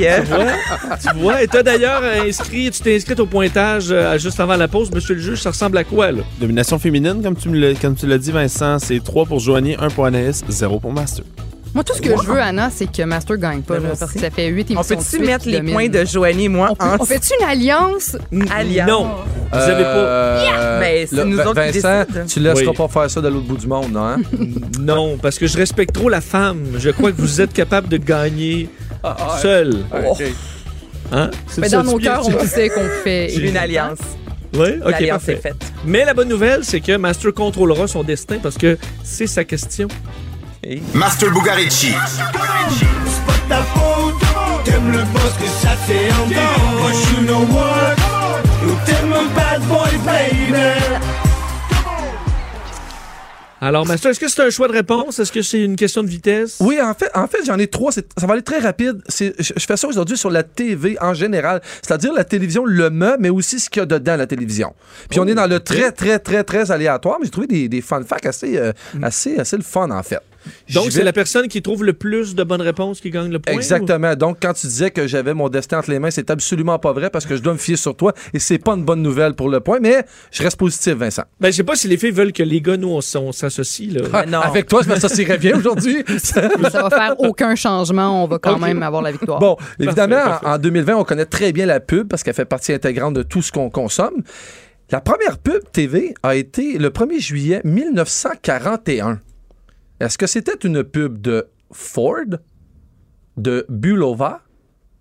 [SPEAKER 4] Tu vois, et t'as d'ailleurs inscrit, tu t'es inscrite au pointage euh, juste avant la pause. Monsieur le juge, ça ressemble à quoi, là?
[SPEAKER 9] Domination féminine, comme tu me l'as- comme tu l'as dit, Vincent, c'est 3 pour Joanie, 1 pour Anaïs, 0 pour Master.
[SPEAKER 5] Moi, tout ce que je veux, Anna, c'est que Master gagne pas,
[SPEAKER 7] Ben,
[SPEAKER 5] là,
[SPEAKER 7] moi
[SPEAKER 5] parce que
[SPEAKER 7] aussi.
[SPEAKER 5] ça fait 8 émissions.
[SPEAKER 7] On
[SPEAKER 5] de
[SPEAKER 7] peut-tu
[SPEAKER 5] suite
[SPEAKER 7] mettre
[SPEAKER 5] qui
[SPEAKER 7] les
[SPEAKER 5] dominent.
[SPEAKER 7] points de Joanie et moi
[SPEAKER 5] On, peut- on
[SPEAKER 7] ensemble?
[SPEAKER 5] fait-tu une alliance?
[SPEAKER 7] Alliance.
[SPEAKER 4] Non. Vous avez pas.
[SPEAKER 6] Euh,
[SPEAKER 7] Ben, c'est
[SPEAKER 6] là,
[SPEAKER 7] nous
[SPEAKER 6] Vin-
[SPEAKER 7] autres qui
[SPEAKER 6] Vincent,
[SPEAKER 7] décident.
[SPEAKER 6] tu laisseras
[SPEAKER 4] Oui.
[SPEAKER 6] pas faire ça de l'autre bout du monde, non? hein?
[SPEAKER 4] Non, parce que je respecte trop la femme. Je crois que vous êtes capable de gagner
[SPEAKER 9] Ah,
[SPEAKER 4] seul.
[SPEAKER 6] OK.
[SPEAKER 4] Hein? C'est
[SPEAKER 5] Mais
[SPEAKER 4] ça,
[SPEAKER 5] dans
[SPEAKER 4] tu
[SPEAKER 5] nos
[SPEAKER 4] pieds,
[SPEAKER 5] cœurs,
[SPEAKER 4] tu-
[SPEAKER 5] on sait qu'on fait.
[SPEAKER 7] Une alliance.
[SPEAKER 4] Oui, ok,
[SPEAKER 7] L'alliance est
[SPEAKER 4] parfait.
[SPEAKER 7] faite.
[SPEAKER 4] Mais la bonne nouvelle, c'est que Master contrôlera son destin parce que c'est sa question.
[SPEAKER 2] Master Bugarici.
[SPEAKER 4] Alors, Master, est-ce que c'est un choix de réponse? Est-ce que c'est une question de vitesse?
[SPEAKER 6] Oui, en fait, en fait j'en ai trois. C'est- Ça va aller très rapide. C'est- Je je fais ça aujourd'hui sur la TV en général, c'est-à-dire la télévision, le me, mais aussi ce qu'il y a dedans la télévision. Puis on est dans le très, très, très, très aléatoire, mais j'ai trouvé des, des fun facts assez, euh, assez, assez le fun, en fait. J'y
[SPEAKER 4] Donc,
[SPEAKER 6] vais.
[SPEAKER 4] c'est la personne qui trouve le plus de bonnes réponses qui gagne le point.
[SPEAKER 6] Exactement. Donc, quand tu disais que j'avais mon destin entre les mains, c'est absolument pas vrai parce que je dois me fier sur toi et c'est pas une bonne nouvelle pour le point, mais je reste positif, Vincent.
[SPEAKER 4] Ben, je sais pas si les filles veulent que les gars, nous, on, s- on s'associe, là.
[SPEAKER 7] non.
[SPEAKER 6] Avec toi, je m'associerais bien aujourd'hui.
[SPEAKER 5] Ça va faire aucun changement. On va quand même avoir la victoire.
[SPEAKER 6] Bon, évidemment, en- en 2020, on connaît très bien la pub parce qu'elle fait partie intégrante de tout ce qu'on consomme. La première pub TV a été le 1er juillet 1941. Est-ce que c'était une pub de Ford, de Bulova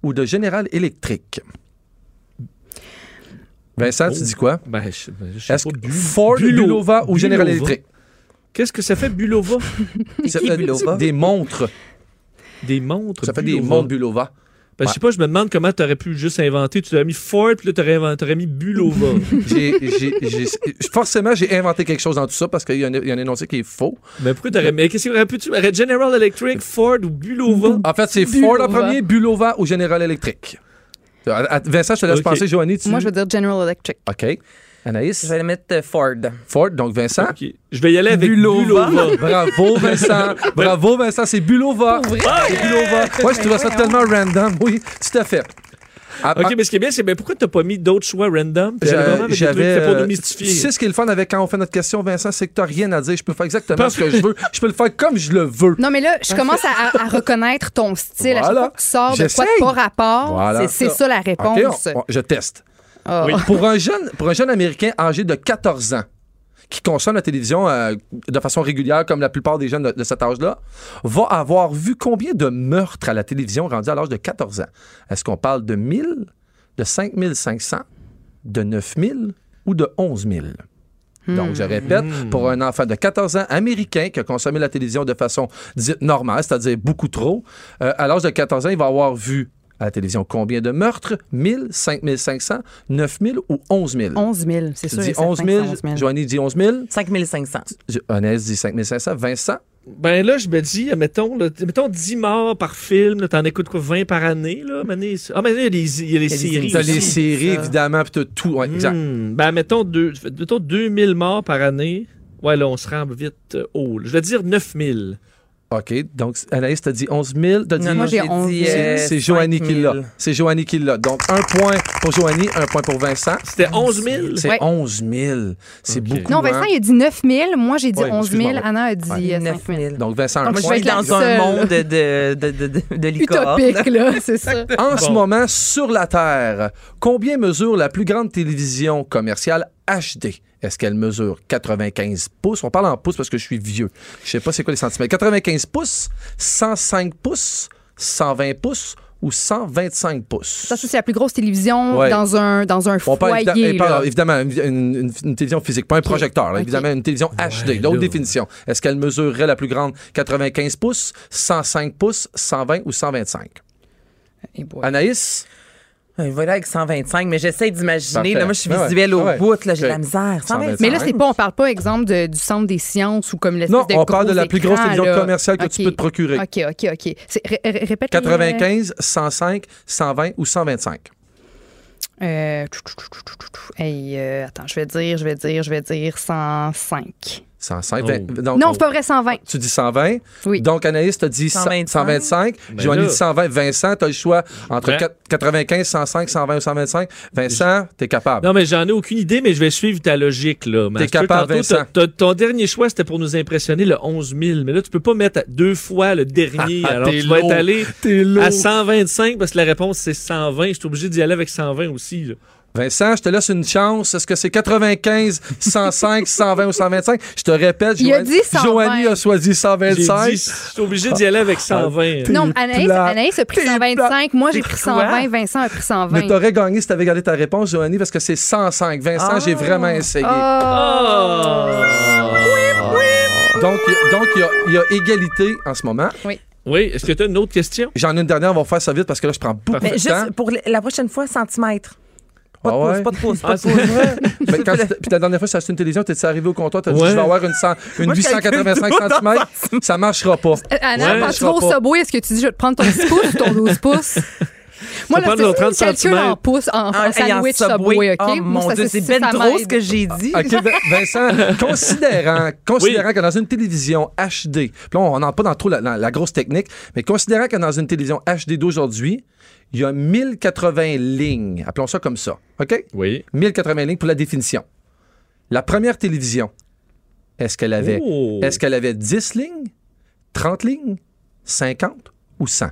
[SPEAKER 6] ou de General Electric? Vincent, tu
[SPEAKER 4] Oh.
[SPEAKER 6] dis quoi?
[SPEAKER 4] Ben, je, ben, je sais
[SPEAKER 6] Est-ce
[SPEAKER 4] pas.
[SPEAKER 6] que
[SPEAKER 4] Bu-
[SPEAKER 6] Ford,
[SPEAKER 4] Bulo-
[SPEAKER 6] Bulova ou General
[SPEAKER 4] Bulova?
[SPEAKER 6] Electric?
[SPEAKER 4] Qu'est-ce que ça fait, Bulova?
[SPEAKER 6] Ça fait
[SPEAKER 7] Bulova?
[SPEAKER 6] des montres.
[SPEAKER 4] Des montres.
[SPEAKER 6] Ça fait des
[SPEAKER 4] Bulova.
[SPEAKER 6] montres Bulova.
[SPEAKER 4] Ben, je sais pas, je me demande comment t'aurais pu juste inventer. Tu aurais mis Ford, puis là, t'aurais, invent- t'aurais mis Bulova.
[SPEAKER 6] J'ai- j'ai- j'ai- forcément, j'ai inventé quelque chose dans tout ça parce qu'il y, en a- il y en a un énoncé qui est faux.
[SPEAKER 4] Mais pourquoi t'aurais. Mais qu'est-ce que pu tu. General Electric, Ford ou Bulova?
[SPEAKER 6] En fait, c'est Ford
[SPEAKER 5] Bulova.
[SPEAKER 6] en premier, Bulova ou General Electric. Euh, À- à- Vincent, je te laisse
[SPEAKER 4] Ok.
[SPEAKER 6] penser, Joanie. Tu...
[SPEAKER 5] Moi, je veux dire General Electric.
[SPEAKER 6] OK. Anaïs,
[SPEAKER 7] Je vais le mettre euh, Ford.
[SPEAKER 6] Ford, donc Vincent.
[SPEAKER 4] Ok. Je vais y aller avec Bulova.
[SPEAKER 6] Bravo, Vincent. Bravo, Vincent. C'est Bulova. Ah, c'est Bulova. Ouais, je trouvais ça tellement random. Oui, tout à fait. À-
[SPEAKER 4] OK, mais ce qui est bien, c'est ben, pourquoi t'as pas mis d'autres choix random? Puis
[SPEAKER 6] J'a-
[SPEAKER 4] aller vraiment avec des trucs
[SPEAKER 6] J'avais.
[SPEAKER 4] faits pour nous
[SPEAKER 6] euh,
[SPEAKER 4] mystifier.
[SPEAKER 6] Tu sais ce qui est le fun avec quand on fait notre question, Vincent, c'est que t'as rien à dire. Je peux faire exactement ce que je veux. Je peux le faire comme je le veux.
[SPEAKER 5] Non, mais là, je commence à, à- à reconnaître ton style. À chaque
[SPEAKER 6] Voilà.
[SPEAKER 5] fois que tu sors de quoi
[SPEAKER 6] J'essaye.
[SPEAKER 5] de pas rapport,
[SPEAKER 6] Voilà.
[SPEAKER 5] c'est- c'est ça. la
[SPEAKER 6] OK, on-
[SPEAKER 5] réponse.
[SPEAKER 6] on- je teste.
[SPEAKER 5] Ah.
[SPEAKER 6] Pour, un jeune, pour un jeune Américain âgé de 14 ans qui consomme la télévision euh, de façon régulière, comme la plupart des jeunes de, de cet âge-là, va avoir vu combien de meurtres à la télévision rendus à l'âge de 14 ans? Est-ce qu'on parle de 1000, de 5500, de 9000 ou de 11 000? Donc, je répète, pour un enfant de 14 ans américain qui a consommé la télévision de façon dite normale, c'est-à-dire beaucoup trop, euh, à l'âge de 14 ans, il va avoir vu à la télévision combien de meurtres? 1000, 5500, 9000 ou 11 000?
[SPEAKER 5] 11 000, c'est
[SPEAKER 6] Tu
[SPEAKER 5] sûr.
[SPEAKER 6] dis
[SPEAKER 5] et certain
[SPEAKER 6] 11
[SPEAKER 5] que c'est
[SPEAKER 6] 000,
[SPEAKER 5] 11 000.
[SPEAKER 6] Joanie dit 11 000,
[SPEAKER 7] 5500.
[SPEAKER 6] Anaïs dit 5500, Vincent
[SPEAKER 4] Ben là, je me dis, mettons, là, mettons 10 morts par film, là, t'en écoutes quoi, 20 par année, là? mané- Ah, mais là, il y a les, il y a les séries.
[SPEAKER 6] T'as les
[SPEAKER 4] aussi.
[SPEAKER 6] séries, évidemment, puis t'as tout. Ouais, exact.
[SPEAKER 4] Hmm, ben, mettons, deux, mettons 2000 morts par année. Ouais, là, on se rend vite euh, haut. là. Je vais dire 9000.
[SPEAKER 6] OK, donc Anaïs, t'as dit 11 000. t'as
[SPEAKER 4] Non,
[SPEAKER 6] dit-
[SPEAKER 4] moi, j'ai
[SPEAKER 6] C'est-
[SPEAKER 4] 11 000.
[SPEAKER 6] C'est
[SPEAKER 7] euh,
[SPEAKER 6] c'est Joanie qui l'a.
[SPEAKER 4] 5 000.
[SPEAKER 6] C'est Joanie qui l'a. Donc, un point pour Joanie, un point pour Vincent.
[SPEAKER 4] C'était 11 000?
[SPEAKER 6] C'est
[SPEAKER 5] Ouais.
[SPEAKER 6] 11 000. C'est beaucoup.
[SPEAKER 5] Non, Vincent,
[SPEAKER 6] hein?
[SPEAKER 5] il a dit 9 000. Moi, j'ai dit
[SPEAKER 6] Ouais,
[SPEAKER 5] 11 000.
[SPEAKER 6] excuse-moi, ouais.
[SPEAKER 5] Anna a dit euh,
[SPEAKER 6] Ouais.
[SPEAKER 5] 9 000.
[SPEAKER 6] Donc, Vincent, un
[SPEAKER 5] Donc, je
[SPEAKER 6] point.
[SPEAKER 5] vais être la
[SPEAKER 7] Dans un
[SPEAKER 5] seule.
[SPEAKER 7] monde de, de, de, de, de licorne.
[SPEAKER 5] Utopique, là, c'est ça.
[SPEAKER 6] En ce moment, sur la Terre, combien mesure la plus grande télévision commerciale HD? Est-ce qu'elle mesure 95 pouces? On parle en pouces parce que je suis vieux. Je sais pas c'est quoi les centimètres. 95 pouces, 105 pouces, 120 pouces ou 125 pouces?
[SPEAKER 5] Ça, c'est la plus grosse télévision
[SPEAKER 6] Ouais.
[SPEAKER 5] dans un, dans un
[SPEAKER 6] On parle
[SPEAKER 5] foyer.
[SPEAKER 6] évidemment- elle parle
[SPEAKER 5] là.
[SPEAKER 6] évidemment une, une- une- une télévision physique, pas un projecteur. là, Évidemment, une télévision HD, d'autres définitions. Est-ce qu'elle mesurerait la plus grande 95 pouces, 105 pouces, 120 ou 125? Anaïs?
[SPEAKER 7] Il va là Euh, avec 125, mais j'essaie d'imaginer.
[SPEAKER 6] Parfait.
[SPEAKER 7] Là, moi, je suis
[SPEAKER 6] Ah ouais.
[SPEAKER 7] visuelle au
[SPEAKER 6] Ah ouais.
[SPEAKER 7] bout. Là, j'ai de la
[SPEAKER 6] Ok.
[SPEAKER 7] misère. 125.
[SPEAKER 5] Mais là, c'est pas, on parle pas, exemple, de- du centre des sciences ou comme l'espèce
[SPEAKER 6] Non,
[SPEAKER 5] de
[SPEAKER 6] on parle
[SPEAKER 5] gros
[SPEAKER 6] de la plus grosse
[SPEAKER 5] écran,
[SPEAKER 6] télévision
[SPEAKER 5] là.
[SPEAKER 6] commerciale que tu
[SPEAKER 5] OK.
[SPEAKER 6] peux te procurer.
[SPEAKER 5] OK, OK, OK. C'est- ré- ré- Répète. les, euh,
[SPEAKER 6] 95, 105, 120 ou 125?
[SPEAKER 5] euh, tchou, tchou, tchou, tchou, tchou, tchou. Hey, euh, attends, je vais dire, je vais dire, je vais dire 105.
[SPEAKER 6] 105.
[SPEAKER 5] Oh.
[SPEAKER 6] ben, donc,
[SPEAKER 5] non,
[SPEAKER 6] on-
[SPEAKER 5] c'est pas vrai, 120.
[SPEAKER 6] Tu dis 120. Donc, Anaïs, tu dit 125.
[SPEAKER 5] 125.
[SPEAKER 6] 125.
[SPEAKER 5] Ben
[SPEAKER 6] Joanie
[SPEAKER 5] là.
[SPEAKER 6] dit 120. Vincent, tu as le choix entre
[SPEAKER 4] Ben.
[SPEAKER 6] quatre- 95, 105, 120 ou 125. Vincent, tu es capable.
[SPEAKER 4] Non, mais j'en ai aucune idée, mais je vais suivre ta logique, là. Master.
[SPEAKER 6] capable,
[SPEAKER 4] Tantôt,
[SPEAKER 6] Vincent.
[SPEAKER 4] t'as- t'as- ton dernier choix, c'était pour nous impressionner, le 11 000. Mais là, tu peux pas mettre à deux fois le dernier.
[SPEAKER 6] Ah, ah,
[SPEAKER 4] alors,
[SPEAKER 6] t'es
[SPEAKER 4] tu vas
[SPEAKER 6] lourd.
[SPEAKER 4] être allé
[SPEAKER 6] T'es lourd.
[SPEAKER 4] à 125 parce que la réponse, c'est 120. Je suis obligé d'y aller avec 120 aussi, là.
[SPEAKER 6] Vincent, je te laisse une chance. Est-ce que c'est 95, 105, 120 ou 125? Je te répète,
[SPEAKER 5] Il a dit 120.
[SPEAKER 6] Joanie a choisi 125.
[SPEAKER 4] J'ai dit, je suis obligé d'y aller avec 120.
[SPEAKER 6] T'es
[SPEAKER 5] Non, Anaïs,
[SPEAKER 6] plate.
[SPEAKER 5] Anaïs a pris 125. Moi, j'ai pris 120. Vincent a pris 120.
[SPEAKER 6] Mais t'aurais gagné si t'avais gardé ta réponse, Joanie, parce que c'est 105. Vincent,
[SPEAKER 5] Ah.
[SPEAKER 6] j'ai vraiment essayé.
[SPEAKER 4] Ah.
[SPEAKER 5] Oh.
[SPEAKER 6] Donc, il y a- donc, il y, a- il y a égalité en ce moment.
[SPEAKER 5] Oui.
[SPEAKER 4] Oui, est-ce que tu as une autre question?
[SPEAKER 6] J'en ai une dernière, on va faire ça vite parce que là, je prends beaucoup
[SPEAKER 7] Mais
[SPEAKER 6] de
[SPEAKER 7] juste
[SPEAKER 6] temps.
[SPEAKER 7] pour la prochaine fois, centimètres. Pas de
[SPEAKER 6] Ah ouais?
[SPEAKER 7] pouce, pas de pouce, pas de
[SPEAKER 6] Ah,
[SPEAKER 7] pouce.
[SPEAKER 6] c'est- Ben, quand t'as- Puis la dernière fois, j'ai acheté une télévision, t'es arrivé au comptoir, t'as dit
[SPEAKER 4] Ouais.
[SPEAKER 6] je vais avoir une, cent- une
[SPEAKER 4] Moi, je calcule
[SPEAKER 6] 885
[SPEAKER 4] tout dans
[SPEAKER 6] cm, ça marchera pas.
[SPEAKER 5] Euh, Anna,
[SPEAKER 6] Ouais.
[SPEAKER 5] quand tu vas au
[SPEAKER 6] Marchera pas.
[SPEAKER 5] Subway, est-ce que tu dis je vais te prendre ton 10 pouces ou ton 12 pouces? Moi,
[SPEAKER 6] prendre
[SPEAKER 5] là,
[SPEAKER 6] leur
[SPEAKER 5] c'est
[SPEAKER 6] 30
[SPEAKER 5] ça, calcul
[SPEAKER 6] centimètres.
[SPEAKER 5] en pouces, en, en
[SPEAKER 7] En- et en
[SPEAKER 5] sandwich
[SPEAKER 7] Subway.
[SPEAKER 5] Subway, OK?
[SPEAKER 7] Oh,
[SPEAKER 5] Moi,
[SPEAKER 7] mon
[SPEAKER 5] ça,
[SPEAKER 7] Dieu, c'est
[SPEAKER 5] ça
[SPEAKER 7] ben
[SPEAKER 5] m'aide.
[SPEAKER 7] trop ce que j'ai dit.
[SPEAKER 6] OK, Vin- Vincent, considérant, considérant que dans une télévision HD, puis là, on n'entre pas dans trop la, la- la grosse technique, mais considérant que dans une télévision HD d'aujourd'hui, il y a 1080 lignes, appelons ça comme ça, OK?
[SPEAKER 4] Oui.
[SPEAKER 6] 1080 lignes pour la définition. La première télévision, est-ce qu'elle avait,
[SPEAKER 4] Oh.
[SPEAKER 6] est-ce qu'elle avait 10 lignes, 30 lignes, 50 ou 100?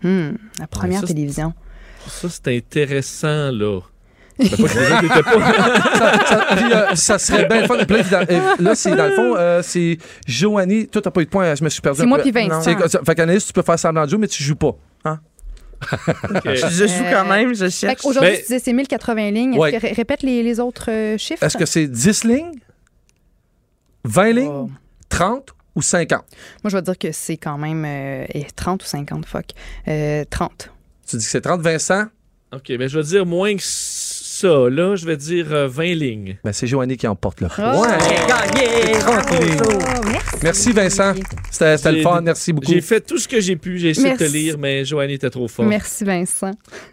[SPEAKER 5] Hmm, la première
[SPEAKER 4] ça, c'est-
[SPEAKER 5] télévision.
[SPEAKER 4] Ça, c'est intéressant, là. Ben, pas que je disais que t'étais pas-
[SPEAKER 6] Puis, euh, ça serait bien le fun. Puis là, dans- euh, là, c'est dans le fond, euh, c'est Joanie. Toi, t'as pas eu de points. hein, Je me suis perdu.
[SPEAKER 5] C'est
[SPEAKER 6] un
[SPEAKER 5] moi
[SPEAKER 6] peu.
[SPEAKER 5] puis Vincent.
[SPEAKER 6] C'est- ça- Fait qu'Anaïs, tu peux faire semblant de jouer, mais tu joues pas. Hein?
[SPEAKER 7] Je joue quand même, je cherche.
[SPEAKER 5] Aujourd'hui,
[SPEAKER 6] Mais-
[SPEAKER 5] tu disais c'est 1080 lignes. Est-ce
[SPEAKER 6] Ouais.
[SPEAKER 5] que- ré- répète les, les autres euh, chiffres.
[SPEAKER 6] Est-ce que c'est 10 lignes, 20 lignes,
[SPEAKER 4] Oh.
[SPEAKER 6] 30 ou 50?
[SPEAKER 5] Moi, je vais dire que c'est quand même euh, eh, 30 ou 50, fuck. Euh, 30.
[SPEAKER 6] Tu dis que c'est 30, Vincent?
[SPEAKER 4] OK, ben, je vais dire moins que ça, là. Je vais dire euh, 20 lignes.
[SPEAKER 6] Ben, c'est Joanie qui emporte là.
[SPEAKER 4] Oh.
[SPEAKER 7] J'ai gagné! Bravo, Jo.
[SPEAKER 6] Merci, Vincent. C'était c'était le
[SPEAKER 4] J'ai-
[SPEAKER 6] fun. Merci beaucoup.
[SPEAKER 4] J'ai fait tout ce que j'ai pu. J'ai essayé de te
[SPEAKER 5] Merci.
[SPEAKER 4] lire, mais Joanie était trop forte.
[SPEAKER 5] Merci, Vincent.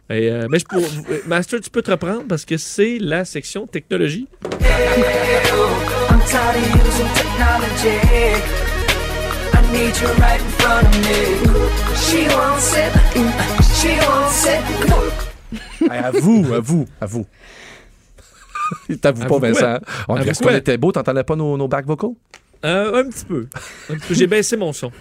[SPEAKER 4] Et, euh, mais je pour... euh, Master, tu peux te reprendre parce que c'est la section technologie.
[SPEAKER 11] I'm tired of using technology. I need you right in front of me. She wants it. She wants it.
[SPEAKER 6] Hey, à vous, à vous, à vous. T'avoues pas,
[SPEAKER 4] Avoue
[SPEAKER 6] Vincent.
[SPEAKER 4] quoi?
[SPEAKER 6] On,
[SPEAKER 4] Avoue
[SPEAKER 6] est-ce qu'on
[SPEAKER 4] quoi?
[SPEAKER 6] était beau, t'entendais pas nos, nos back vocals?
[SPEAKER 4] Euh, un petit peu. Un petit peu. J'ai baissé mon son.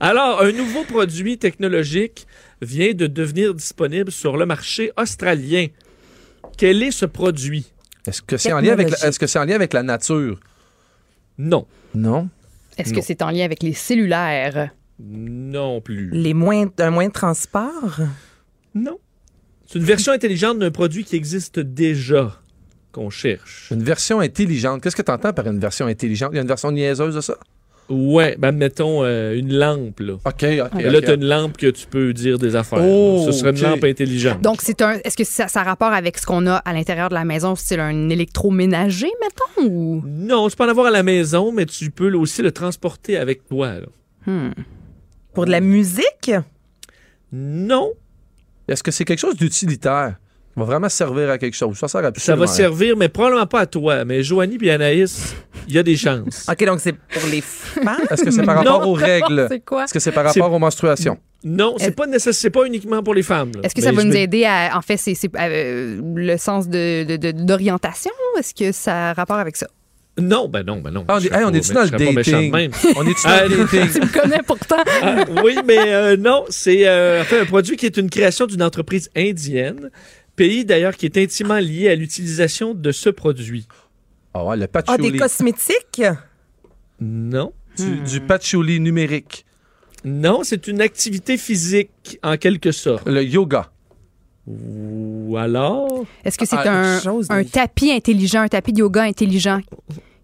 [SPEAKER 4] Alors, un nouveau produit technologique vient de devenir disponible sur le marché australien. Quel est ce produit?
[SPEAKER 6] Est-ce que c'est en lien avec la-
[SPEAKER 4] Technologique.
[SPEAKER 6] est-ce que c'est en lien avec la nature?
[SPEAKER 4] Non.
[SPEAKER 6] Non.
[SPEAKER 5] Est-ce
[SPEAKER 4] Non.
[SPEAKER 5] que c'est en lien avec les cellulaires?
[SPEAKER 4] Non plus.
[SPEAKER 7] Les moyens, un moyen de transport?
[SPEAKER 4] Non. C'est une version intelligente d'un produit qui existe déjà, qu'on cherche.
[SPEAKER 6] Une version intelligente. Qu'est-ce que tu entends par une version intelligente? Il y a une version niaiseuse de ça?
[SPEAKER 4] Ouais, ben mettons euh, une lampe. Là.
[SPEAKER 6] OK, OK.
[SPEAKER 4] là,
[SPEAKER 6] ok.
[SPEAKER 4] tu as une lampe que tu peux dire des affaires.
[SPEAKER 6] Oh,
[SPEAKER 4] là. Ce serait une
[SPEAKER 6] ok.
[SPEAKER 4] lampe intelligente.
[SPEAKER 5] Donc, c'est un. Est-ce que ça, ça a rapport avec ce qu'on a à l'intérieur de la maison? C'est un électroménager, mettons? Ou...
[SPEAKER 4] Non, tu peux en avoir à la maison, mais tu peux aussi le transporter avec toi. là.
[SPEAKER 7] Pour de la musique?
[SPEAKER 4] Non.
[SPEAKER 6] Est-ce que c'est quelque chose d'utilitaire? Ça va vraiment servir à quelque chose. Ça sert à
[SPEAKER 4] Ça va servir, mais probablement pas à toi. Mais Joanie et Anaïs, il y a des chances.
[SPEAKER 6] Ah.
[SPEAKER 7] OK, donc c'est pour les femmes?
[SPEAKER 6] Est-ce que c'est par rapport
[SPEAKER 4] Non.
[SPEAKER 6] Oh, aux règles?
[SPEAKER 5] C'est quoi?
[SPEAKER 6] Est-ce que c'est par
[SPEAKER 4] C'est-
[SPEAKER 6] rapport aux menstruations?
[SPEAKER 4] Non, c'est pas nécessaire, c'est pas uniquement pour les femmes. là.
[SPEAKER 5] Est-ce que ça
[SPEAKER 4] Mais
[SPEAKER 5] va
[SPEAKER 4] je
[SPEAKER 5] nous
[SPEAKER 4] vais-
[SPEAKER 5] aider à. En fait, c'est c'est, euh, le sens de- de- de- d'orientation? Est-ce que ça a rapport avec ça?
[SPEAKER 4] Non, ben non, ben non.
[SPEAKER 6] Ah, on
[SPEAKER 4] Je
[SPEAKER 6] est-
[SPEAKER 4] serais
[SPEAKER 6] hey, on
[SPEAKER 4] pas-
[SPEAKER 6] est-tu
[SPEAKER 4] mais
[SPEAKER 6] dans
[SPEAKER 4] je
[SPEAKER 6] le
[SPEAKER 4] serais pas méchant de
[SPEAKER 6] dating?
[SPEAKER 4] même.
[SPEAKER 6] On est-tu dans
[SPEAKER 4] Ah,
[SPEAKER 6] le dating?
[SPEAKER 5] Tu me connais pourtant.
[SPEAKER 4] Ah, oui, mais euh, non, c'est euh, en fait, un produit qui est une création d'une entreprise indienne, pays d'ailleurs qui est intimement lié à l'utilisation de ce produit.
[SPEAKER 6] Ah ouais, le
[SPEAKER 7] Ah, des
[SPEAKER 6] patchouli.
[SPEAKER 7] cosmétiques?
[SPEAKER 4] Non.
[SPEAKER 6] du, du patchouli numérique.
[SPEAKER 4] Non, c'est une activité physique, en quelque sorte.
[SPEAKER 6] Le yoga.
[SPEAKER 4] Ou alors...
[SPEAKER 5] Est-ce que c'est
[SPEAKER 6] Ah,
[SPEAKER 5] un,
[SPEAKER 7] quelque chose,
[SPEAKER 5] un
[SPEAKER 7] mais-
[SPEAKER 5] tapis intelligent, un tapis de yoga intelligent?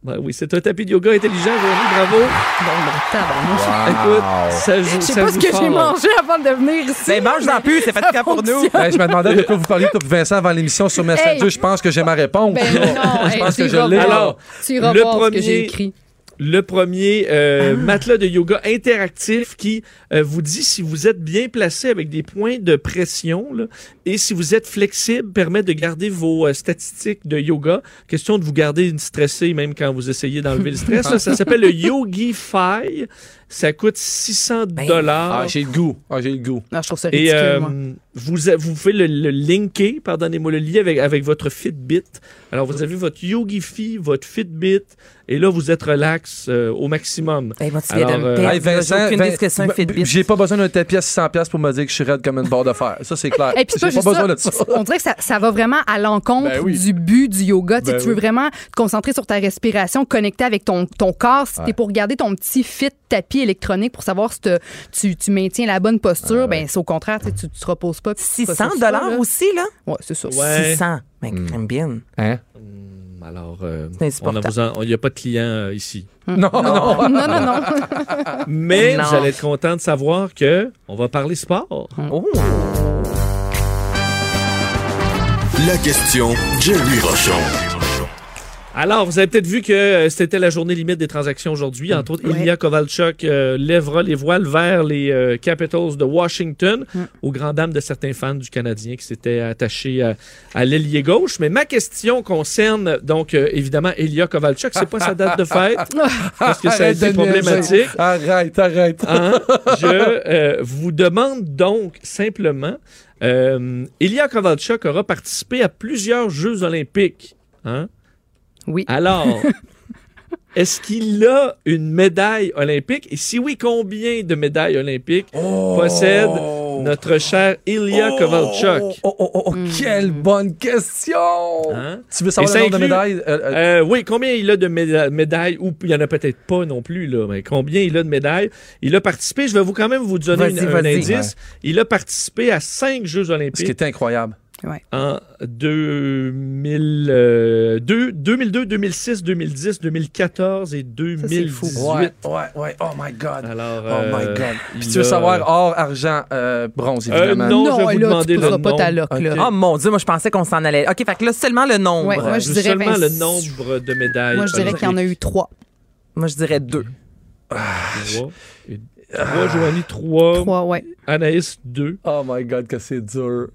[SPEAKER 4] Ben oui, c'est un tapis de yoga intelligent, Joanie, bravo.
[SPEAKER 5] Bon, ben, tabarnouche.
[SPEAKER 4] Écoute, ça joue
[SPEAKER 5] Je sais
[SPEAKER 4] ça
[SPEAKER 5] pas ce
[SPEAKER 4] joue
[SPEAKER 5] que j'ai
[SPEAKER 4] fort.
[SPEAKER 5] mangé avant de venir ici.
[SPEAKER 7] Ben, mange-en plus, c'est fatigant pour nous.
[SPEAKER 6] Ben, je me demandais de quoi vous parliez, toi, puis Vincent, avant l'émission sur Messenger.
[SPEAKER 5] Hey!
[SPEAKER 6] Je pense que j'ai ma réponse.
[SPEAKER 5] Ben
[SPEAKER 6] là.
[SPEAKER 5] non,
[SPEAKER 6] je
[SPEAKER 5] hey,
[SPEAKER 6] pense
[SPEAKER 5] tu
[SPEAKER 6] que je
[SPEAKER 5] iras
[SPEAKER 6] l'ai.
[SPEAKER 5] voir.
[SPEAKER 4] Alors,
[SPEAKER 5] Tu iras
[SPEAKER 4] Le
[SPEAKER 5] voir ce que j'ai
[SPEAKER 4] premier-
[SPEAKER 5] écrit.
[SPEAKER 4] Le premier euh, matelas de yoga interactif qui euh, vous dit si vous êtes bien placé avec des points de pression là, et si vous êtes flexible, permet de garder vos euh, statistiques de yoga. Question de vous garder une stressée même quand vous essayez d'enlever le stress. là. Ça s'appelle le Yogi Fi. Ça coûte 600 dollars.
[SPEAKER 6] Ah, j'ai le goût. Ah, j'ai le goût.
[SPEAKER 5] Non, je trouve ça
[SPEAKER 4] Et
[SPEAKER 5] ridicule,
[SPEAKER 4] euh,
[SPEAKER 5] moi.
[SPEAKER 4] vous, a- vous pouvez le, le linker, pardonnez-moi, le lier avec, avec votre Fitbit. Alors, vous avez votre YogiFi, votre Fitbit, et là, vous êtes relax euh, au maximum.
[SPEAKER 7] Eh, moi, tu viens de
[SPEAKER 4] Alors,
[SPEAKER 7] me
[SPEAKER 4] euh, Bah,
[SPEAKER 7] perdre.
[SPEAKER 6] Hey, Vincent,
[SPEAKER 7] J'ai aucune
[SPEAKER 6] Vin-
[SPEAKER 7] idée de ce que c'est un
[SPEAKER 6] ben,
[SPEAKER 7] Fitbit.
[SPEAKER 6] J'ai pas besoin d'un tapis à 600$ piastres pour me dire que je suis raide comme une barre de fer. Ça, c'est clair.
[SPEAKER 5] Et puis pas
[SPEAKER 6] j'ai pas
[SPEAKER 5] juste
[SPEAKER 6] besoin
[SPEAKER 5] ça,
[SPEAKER 6] de ça.
[SPEAKER 5] On dirait que ça, ça va vraiment à l'encontre
[SPEAKER 6] Ben oui.
[SPEAKER 5] du but du yoga. Tu sais,
[SPEAKER 6] Ben
[SPEAKER 5] tu veux
[SPEAKER 6] oui.
[SPEAKER 5] vraiment te concentrer sur ta respiration, connecter avec ton, ton corps. Si t'es pour garder ton petit fit tapis électronique pour savoir si te- tu, tu maintiens la bonne posture, ben c'est au contraire, tu, sais, tu tu te reposes pas. puis tu te
[SPEAKER 7] 600
[SPEAKER 5] processes ça,
[SPEAKER 7] dollars
[SPEAKER 5] là.
[SPEAKER 7] aussi, là?
[SPEAKER 5] Ouais, c'est ça.
[SPEAKER 4] Ouais. Hmm.
[SPEAKER 7] 600. Ben, crème bien.
[SPEAKER 6] Hein?
[SPEAKER 4] Alors, euh,
[SPEAKER 7] C'est
[SPEAKER 4] on
[SPEAKER 7] insupportable.
[SPEAKER 4] a besoin- on- il n'y a pas de client euh, ici.
[SPEAKER 6] Non, non.
[SPEAKER 5] Non, non, non.
[SPEAKER 4] Mais
[SPEAKER 7] Non.
[SPEAKER 4] vous allez être content de savoir que on va parler sport.
[SPEAKER 6] Hum.
[SPEAKER 7] Oh!
[SPEAKER 12] La question Jerry Rochon.
[SPEAKER 4] Alors, vous avez peut-être vu que euh, c'était la journée limite des transactions aujourd'hui.
[SPEAKER 12] Hum.
[SPEAKER 4] Entre autres,
[SPEAKER 5] Ouais.
[SPEAKER 4] Ilya Kovalchuk euh, lèvera les voiles vers les euh, Capitals de Washington,
[SPEAKER 6] Hum.
[SPEAKER 4] aux grand dames de certains fans du Canadien qui s'étaient attachés à, à l'ailier gauche. Mais ma question concerne donc euh, évidemment Ilya Kovalchuk. C'est pas sa date de fête parce que ça a
[SPEAKER 6] Arrête
[SPEAKER 4] été
[SPEAKER 6] de niaiser.
[SPEAKER 4] problématique.
[SPEAKER 6] Arrête, arrête.
[SPEAKER 4] Hein? Je euh, vous demande donc simplement, euh, Ilya Kovalchuk aura participé à plusieurs Jeux olympiques. Hein?
[SPEAKER 5] Oui.
[SPEAKER 4] Alors, est-ce qu'il a une médaille olympique? Et si oui, combien de médailles olympiques
[SPEAKER 7] Oh!
[SPEAKER 4] possède notre cher Ilya Kovalchuk?
[SPEAKER 6] Oh, Oh, oh, oh, oh,
[SPEAKER 7] Hmm.
[SPEAKER 6] quelle bonne question!
[SPEAKER 4] Hein?
[SPEAKER 6] Tu veux
[SPEAKER 4] Et
[SPEAKER 6] savoir
[SPEAKER 4] ça
[SPEAKER 6] le nombre de
[SPEAKER 4] inclut-
[SPEAKER 6] médailles? Euh,
[SPEAKER 4] Euh,
[SPEAKER 6] euh,
[SPEAKER 4] oui, combien il a de méda- médailles, ou il y en a peut-être pas non plus, là, mais combien il a de médailles. Il a participé, je vais vous quand même vous donner
[SPEAKER 7] Vas-y,
[SPEAKER 4] une- un
[SPEAKER 7] vas-y.
[SPEAKER 4] indice. Il a participé à cinq Jeux
[SPEAKER 6] Ce qui
[SPEAKER 4] olympiques
[SPEAKER 6] est incroyable.
[SPEAKER 4] en 2000, euh, deux- 2002, 2006, 2010, 2014 et 2018.
[SPEAKER 6] Ouais, ouais, ouais. Oh my God.
[SPEAKER 4] Alors,
[SPEAKER 6] Oh my
[SPEAKER 4] euh,
[SPEAKER 6] God.
[SPEAKER 4] il
[SPEAKER 6] Puis tu veux
[SPEAKER 4] a-
[SPEAKER 6] savoir or, argent, euh, bronze,
[SPEAKER 4] Euh,
[SPEAKER 6] évidemment.
[SPEAKER 4] non, je
[SPEAKER 5] Non,
[SPEAKER 4] vais vous
[SPEAKER 5] là,
[SPEAKER 4] demander
[SPEAKER 5] tu
[SPEAKER 4] le Ah,
[SPEAKER 5] pousseras pas
[SPEAKER 4] nom.
[SPEAKER 5] ta loque, là.
[SPEAKER 4] Ok.
[SPEAKER 7] Oh mon Dieu, moi, je pensais qu'on s'en allait. OK, fait que là, seulement le nombre.
[SPEAKER 5] Ouais, moi, je
[SPEAKER 4] Juste
[SPEAKER 5] dirais
[SPEAKER 4] seulement
[SPEAKER 5] vingt-
[SPEAKER 4] le nombre de médailles.
[SPEAKER 5] Moi, je dirais qu'il y en a eu trois.
[SPEAKER 7] Moi, je dirais deux.
[SPEAKER 4] Trois, et- trois, Joanie, trois,
[SPEAKER 5] Trois, ouais.
[SPEAKER 4] Anaïs, deux.
[SPEAKER 6] Oh my God, que c'est dur.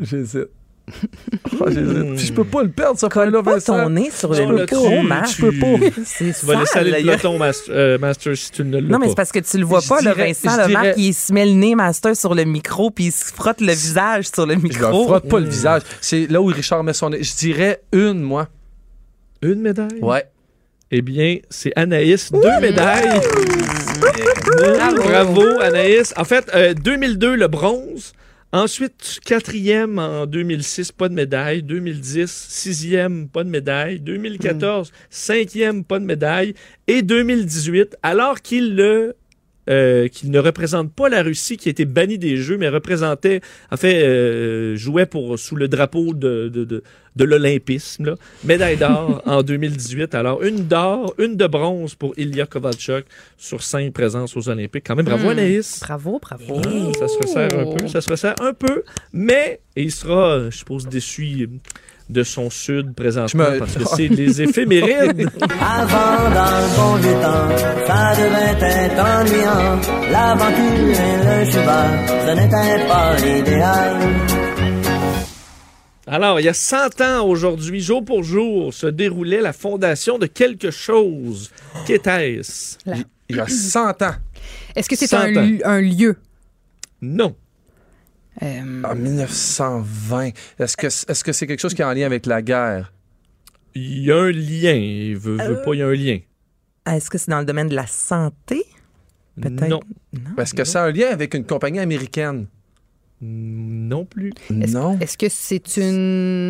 [SPEAKER 6] J'hésite. Oh, j'hésite. Puis je peux pas le perdre, ce point-là,
[SPEAKER 7] Pas ton
[SPEAKER 6] Vincent.
[SPEAKER 7] nez sur
[SPEAKER 4] Non,
[SPEAKER 7] le
[SPEAKER 4] là,
[SPEAKER 7] micro,
[SPEAKER 4] tu-
[SPEAKER 7] Marc.
[SPEAKER 4] tu peux pas.
[SPEAKER 7] C'est
[SPEAKER 4] Tu vas laisser
[SPEAKER 7] sale,
[SPEAKER 4] aller le
[SPEAKER 7] là.
[SPEAKER 4] peloton, Mas- euh, Master, si tu ne l'as
[SPEAKER 7] Non, mais c'est
[SPEAKER 4] pas.
[SPEAKER 7] parce que tu le vois
[SPEAKER 6] Je
[SPEAKER 7] pas, le
[SPEAKER 6] dirais-
[SPEAKER 7] Vincent.
[SPEAKER 6] je
[SPEAKER 7] Le
[SPEAKER 6] dirais-
[SPEAKER 7] Marc, il se met le nez master sur le micro, puis il se frotte le visage sur le
[SPEAKER 6] Je leur
[SPEAKER 7] micro.
[SPEAKER 6] frotte pas le visage. C'est là où Richard met son nez. Je dirais une, moi.
[SPEAKER 4] Une médaille?
[SPEAKER 6] Ouais.
[SPEAKER 4] Eh bien, c'est Anaïs, deux médailles. Bravo. Bravo, Anaïs. En fait, euh, 2002, le bronze. Ensuite, quatrième en 2006, pas de médaille. 2010, sixième, pas de médaille. 2014, cinquième, pas de médaille. Et 2018, alors qu'il le euh, qui ne représente pas la Russie, qui a été bannie des Jeux, mais représentait, en fait, euh, jouait pour sous le drapeau de, de, de, de l'Olympisme. là. Médaille d'or en 2018. Alors, une d'or, une de bronze pour Ilya Kovalchuk sur cinq présences aux Olympiques. Quand même, bravo
[SPEAKER 5] Hmm.
[SPEAKER 4] Anaïs.
[SPEAKER 5] Bravo, bravo.
[SPEAKER 4] Ah, ça se resserre un peu, ça se resserre un peu, mais et il sera, euh, je suppose, déçu de son sud présentement
[SPEAKER 6] Je me-
[SPEAKER 4] parce que c'est les éphémérides.
[SPEAKER 13] Avant dans le bon vieux temps, ça devait être ennuyant. L'aventure et le cheval, ce n'était pas l'idéal.
[SPEAKER 4] Alors, il y a 100 ans aujourd'hui, jour pour jour, se déroulait la fondation de quelque chose. Qu'était-ce?
[SPEAKER 5] La-
[SPEAKER 4] Il y a 100 ans.
[SPEAKER 5] Est-ce que c'est
[SPEAKER 4] 100
[SPEAKER 5] un,
[SPEAKER 4] ans.
[SPEAKER 5] lu- un lieu? Euh,
[SPEAKER 4] Non.
[SPEAKER 6] En 1920. Est-ce que c'est -ce que c'est quelque chose qui est en lien avec la guerre?
[SPEAKER 4] Il y a un lien. Il veut,
[SPEAKER 7] veut pas,
[SPEAKER 4] il y a un lien.
[SPEAKER 7] Ah, Est-ce que c'est dans le domaine de la santé? Peut-être.
[SPEAKER 6] Non. Est-ce que ça a un lien avec une compagnie américaine?
[SPEAKER 4] Non plus.
[SPEAKER 6] Non.
[SPEAKER 5] Est-ce que c'est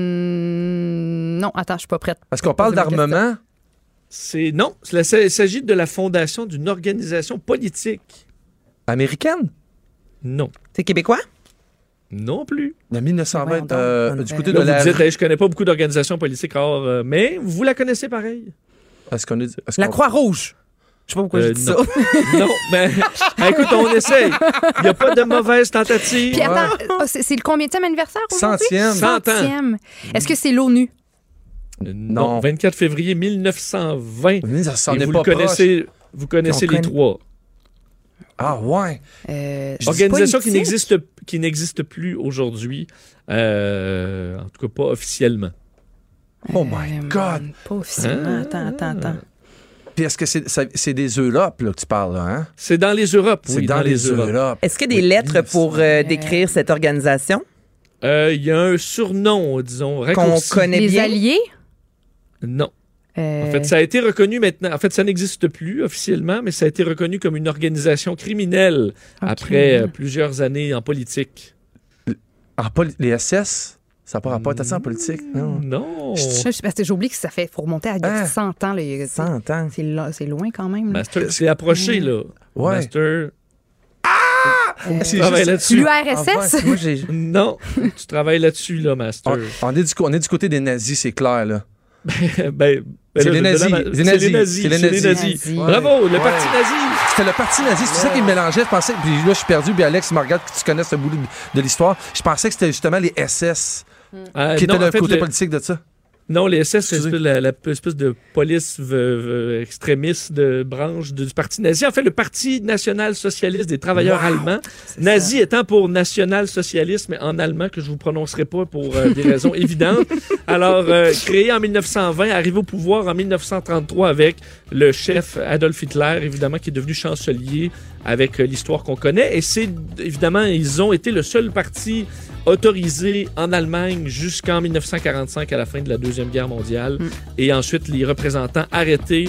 [SPEAKER 5] une... Non, attends, je suis pas prête.
[SPEAKER 6] Est-ce qu'on parle
[SPEAKER 5] Posez ma question.
[SPEAKER 6] d'armement?
[SPEAKER 4] C'est non, cela s- il s'agit de la fondation d'une organisation politique
[SPEAKER 6] américaine.
[SPEAKER 4] Non.
[SPEAKER 7] C'est québécois?
[SPEAKER 4] Non plus.
[SPEAKER 6] De 1920, euh, du côté
[SPEAKER 4] ben, Là,
[SPEAKER 6] de la...
[SPEAKER 4] vous dites, Hey, je connais pas beaucoup d'organisations politiques, or, euh, mais vous la connaissez pareil.
[SPEAKER 6] Est-ce qu'on est- est-ce
[SPEAKER 4] La
[SPEAKER 6] qu'on-
[SPEAKER 7] Croix-Rouge. Je sais pas pourquoi
[SPEAKER 4] Euh,
[SPEAKER 7] j'ai dit
[SPEAKER 4] non.
[SPEAKER 7] ça.
[SPEAKER 4] non, mais écoute, on essaye. Il n'y a pas de mauvaise tentative.
[SPEAKER 5] Puis attends, oh, c'est c'est le combien de anniversaire aujourd'hui?
[SPEAKER 4] Centième. Cent ans.
[SPEAKER 5] Centième. Est-ce que c'est l'ONU?
[SPEAKER 4] Non. 24 février 1920.
[SPEAKER 6] ça en
[SPEAKER 4] Et
[SPEAKER 6] est
[SPEAKER 4] vous
[SPEAKER 6] pas
[SPEAKER 4] le connaissez,
[SPEAKER 6] proche.
[SPEAKER 4] vous connaissez
[SPEAKER 6] On
[SPEAKER 4] les
[SPEAKER 6] connaît-
[SPEAKER 4] trois.
[SPEAKER 6] Ah ouais.
[SPEAKER 5] Je dis
[SPEAKER 4] Organisation qui
[SPEAKER 5] politique.
[SPEAKER 4] n'existe qui n'existe plus aujourd'hui, euh, en tout cas pas officiellement.
[SPEAKER 6] Oh
[SPEAKER 4] Euh,
[SPEAKER 6] my God!
[SPEAKER 5] Pas officiellement.
[SPEAKER 4] Ah.
[SPEAKER 5] Attends, attends, attends.
[SPEAKER 6] Puis est-ce que c'est ça- c'est des Europes là, que tu parles, là, hein?
[SPEAKER 4] C'est dans les Europes,
[SPEAKER 6] C'est dans, les Europes.
[SPEAKER 7] Est-ce qu'il y a des lettres pour euh, décrire cette organisation?
[SPEAKER 4] Euh, Il y a un surnom, disons, raccourci.
[SPEAKER 5] Les alliés?
[SPEAKER 4] Non.
[SPEAKER 5] Euh,
[SPEAKER 4] En fait, ça a été reconnu maintenant. En fait, ça n'existe plus officiellement, mais ça a été reconnu comme une organisation criminelle après euh, plusieurs années en politique.
[SPEAKER 6] En poli- les SS, ça n'a pas rapport à ça en politique, non?
[SPEAKER 4] Mm. Non.
[SPEAKER 5] Je- je- parce que j'ai oublié que ça fait, faut remonter à il y
[SPEAKER 4] Ah.
[SPEAKER 5] a 100 ans. là, il y a-
[SPEAKER 7] 100 ans.
[SPEAKER 5] C'est lo- c'est loin quand même. là.
[SPEAKER 4] Master, c'est approché, là.
[SPEAKER 6] Ouais. Ah!
[SPEAKER 4] Master.
[SPEAKER 5] Euh,
[SPEAKER 4] Tu travailles là-dessus. Ah
[SPEAKER 5] L'URSS?
[SPEAKER 4] Non, tu travailles là-dessus, là, Master.
[SPEAKER 6] On, on est du, co- on est du côté des nazis, c'est clair, là.
[SPEAKER 4] ben, ben
[SPEAKER 6] c'est
[SPEAKER 4] là,
[SPEAKER 6] les
[SPEAKER 4] je-
[SPEAKER 6] nazis.
[SPEAKER 4] là,
[SPEAKER 6] C'est les nazis.
[SPEAKER 4] C'est les nazis.
[SPEAKER 6] Ouais.
[SPEAKER 4] Bravo, le
[SPEAKER 6] Ouais.
[SPEAKER 4] parti nazi.
[SPEAKER 6] C'était le parti nazi, c'est ça qui me mélangeait. Je pensais, puis là, je suis perdu. Puis Alex, Margaret, que tu connais ce bout de, de l'histoire. Je pensais que c'était justement les SS
[SPEAKER 4] Euh,
[SPEAKER 6] qui étaient
[SPEAKER 4] non, en
[SPEAKER 6] le
[SPEAKER 4] fait,
[SPEAKER 6] côté
[SPEAKER 4] le-
[SPEAKER 6] politique de ça.
[SPEAKER 4] Non, les SS, c'est espèce- la, la espèce de police euh, euh, extrémiste de branche du parti nazi. En fait, le Parti national-socialiste des travailleurs
[SPEAKER 6] Wow!
[SPEAKER 4] allemands. Nazi étant pour national-socialiste, mais en allemand, que je vous prononcerai pas pour euh, des raisons évidentes. Alors, euh, créé en 1920, arrivé au pouvoir en 1933 avec le chef Adolf Hitler, évidemment, qui est devenu chancelier avec euh, l'histoire qu'on connaît. Et c'est, évidemment, ils ont été le seul parti autorisé en Allemagne jusqu'en 1945, à la fin de la Deuxième Guerre mondiale.
[SPEAKER 5] Mm.
[SPEAKER 4] Et ensuite, les représentants arrêtés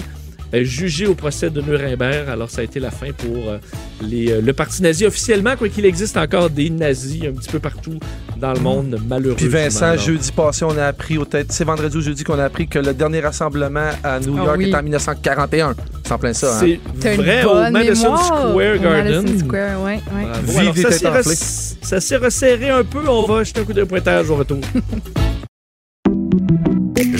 [SPEAKER 4] euh, jugé au procès de Nuremberg. Alors, ça a été la fin pour euh, les, euh, le parti nazi officiellement, quoi qu'il existe encore des nazis un petit peu partout dans le
[SPEAKER 5] Mm.
[SPEAKER 4] monde, malheureusement.
[SPEAKER 6] Puis Vincent,
[SPEAKER 4] Alors,
[SPEAKER 6] jeudi passé, on a appris, au tête, c'est vendredi ou jeudi qu'on a appris que le dernier rassemblement à New
[SPEAKER 4] Ah
[SPEAKER 6] York
[SPEAKER 4] oui.
[SPEAKER 6] est en 1941. C'est en plein ça. hein.
[SPEAKER 4] C'est
[SPEAKER 5] T'as une
[SPEAKER 4] vrai au
[SPEAKER 5] bonne
[SPEAKER 4] Madison
[SPEAKER 5] mémoire.
[SPEAKER 4] Square
[SPEAKER 5] Au Madison
[SPEAKER 4] Garden.
[SPEAKER 5] Square, ouais, ouais.
[SPEAKER 9] Ah,
[SPEAKER 4] Bravo.
[SPEAKER 6] Vive
[SPEAKER 4] Alors,
[SPEAKER 6] les
[SPEAKER 4] ça
[SPEAKER 6] têtes
[SPEAKER 4] s'est
[SPEAKER 6] enflées.
[SPEAKER 4] res- ça s'est resserré un peu. On va jeter un coup de pointage au retour.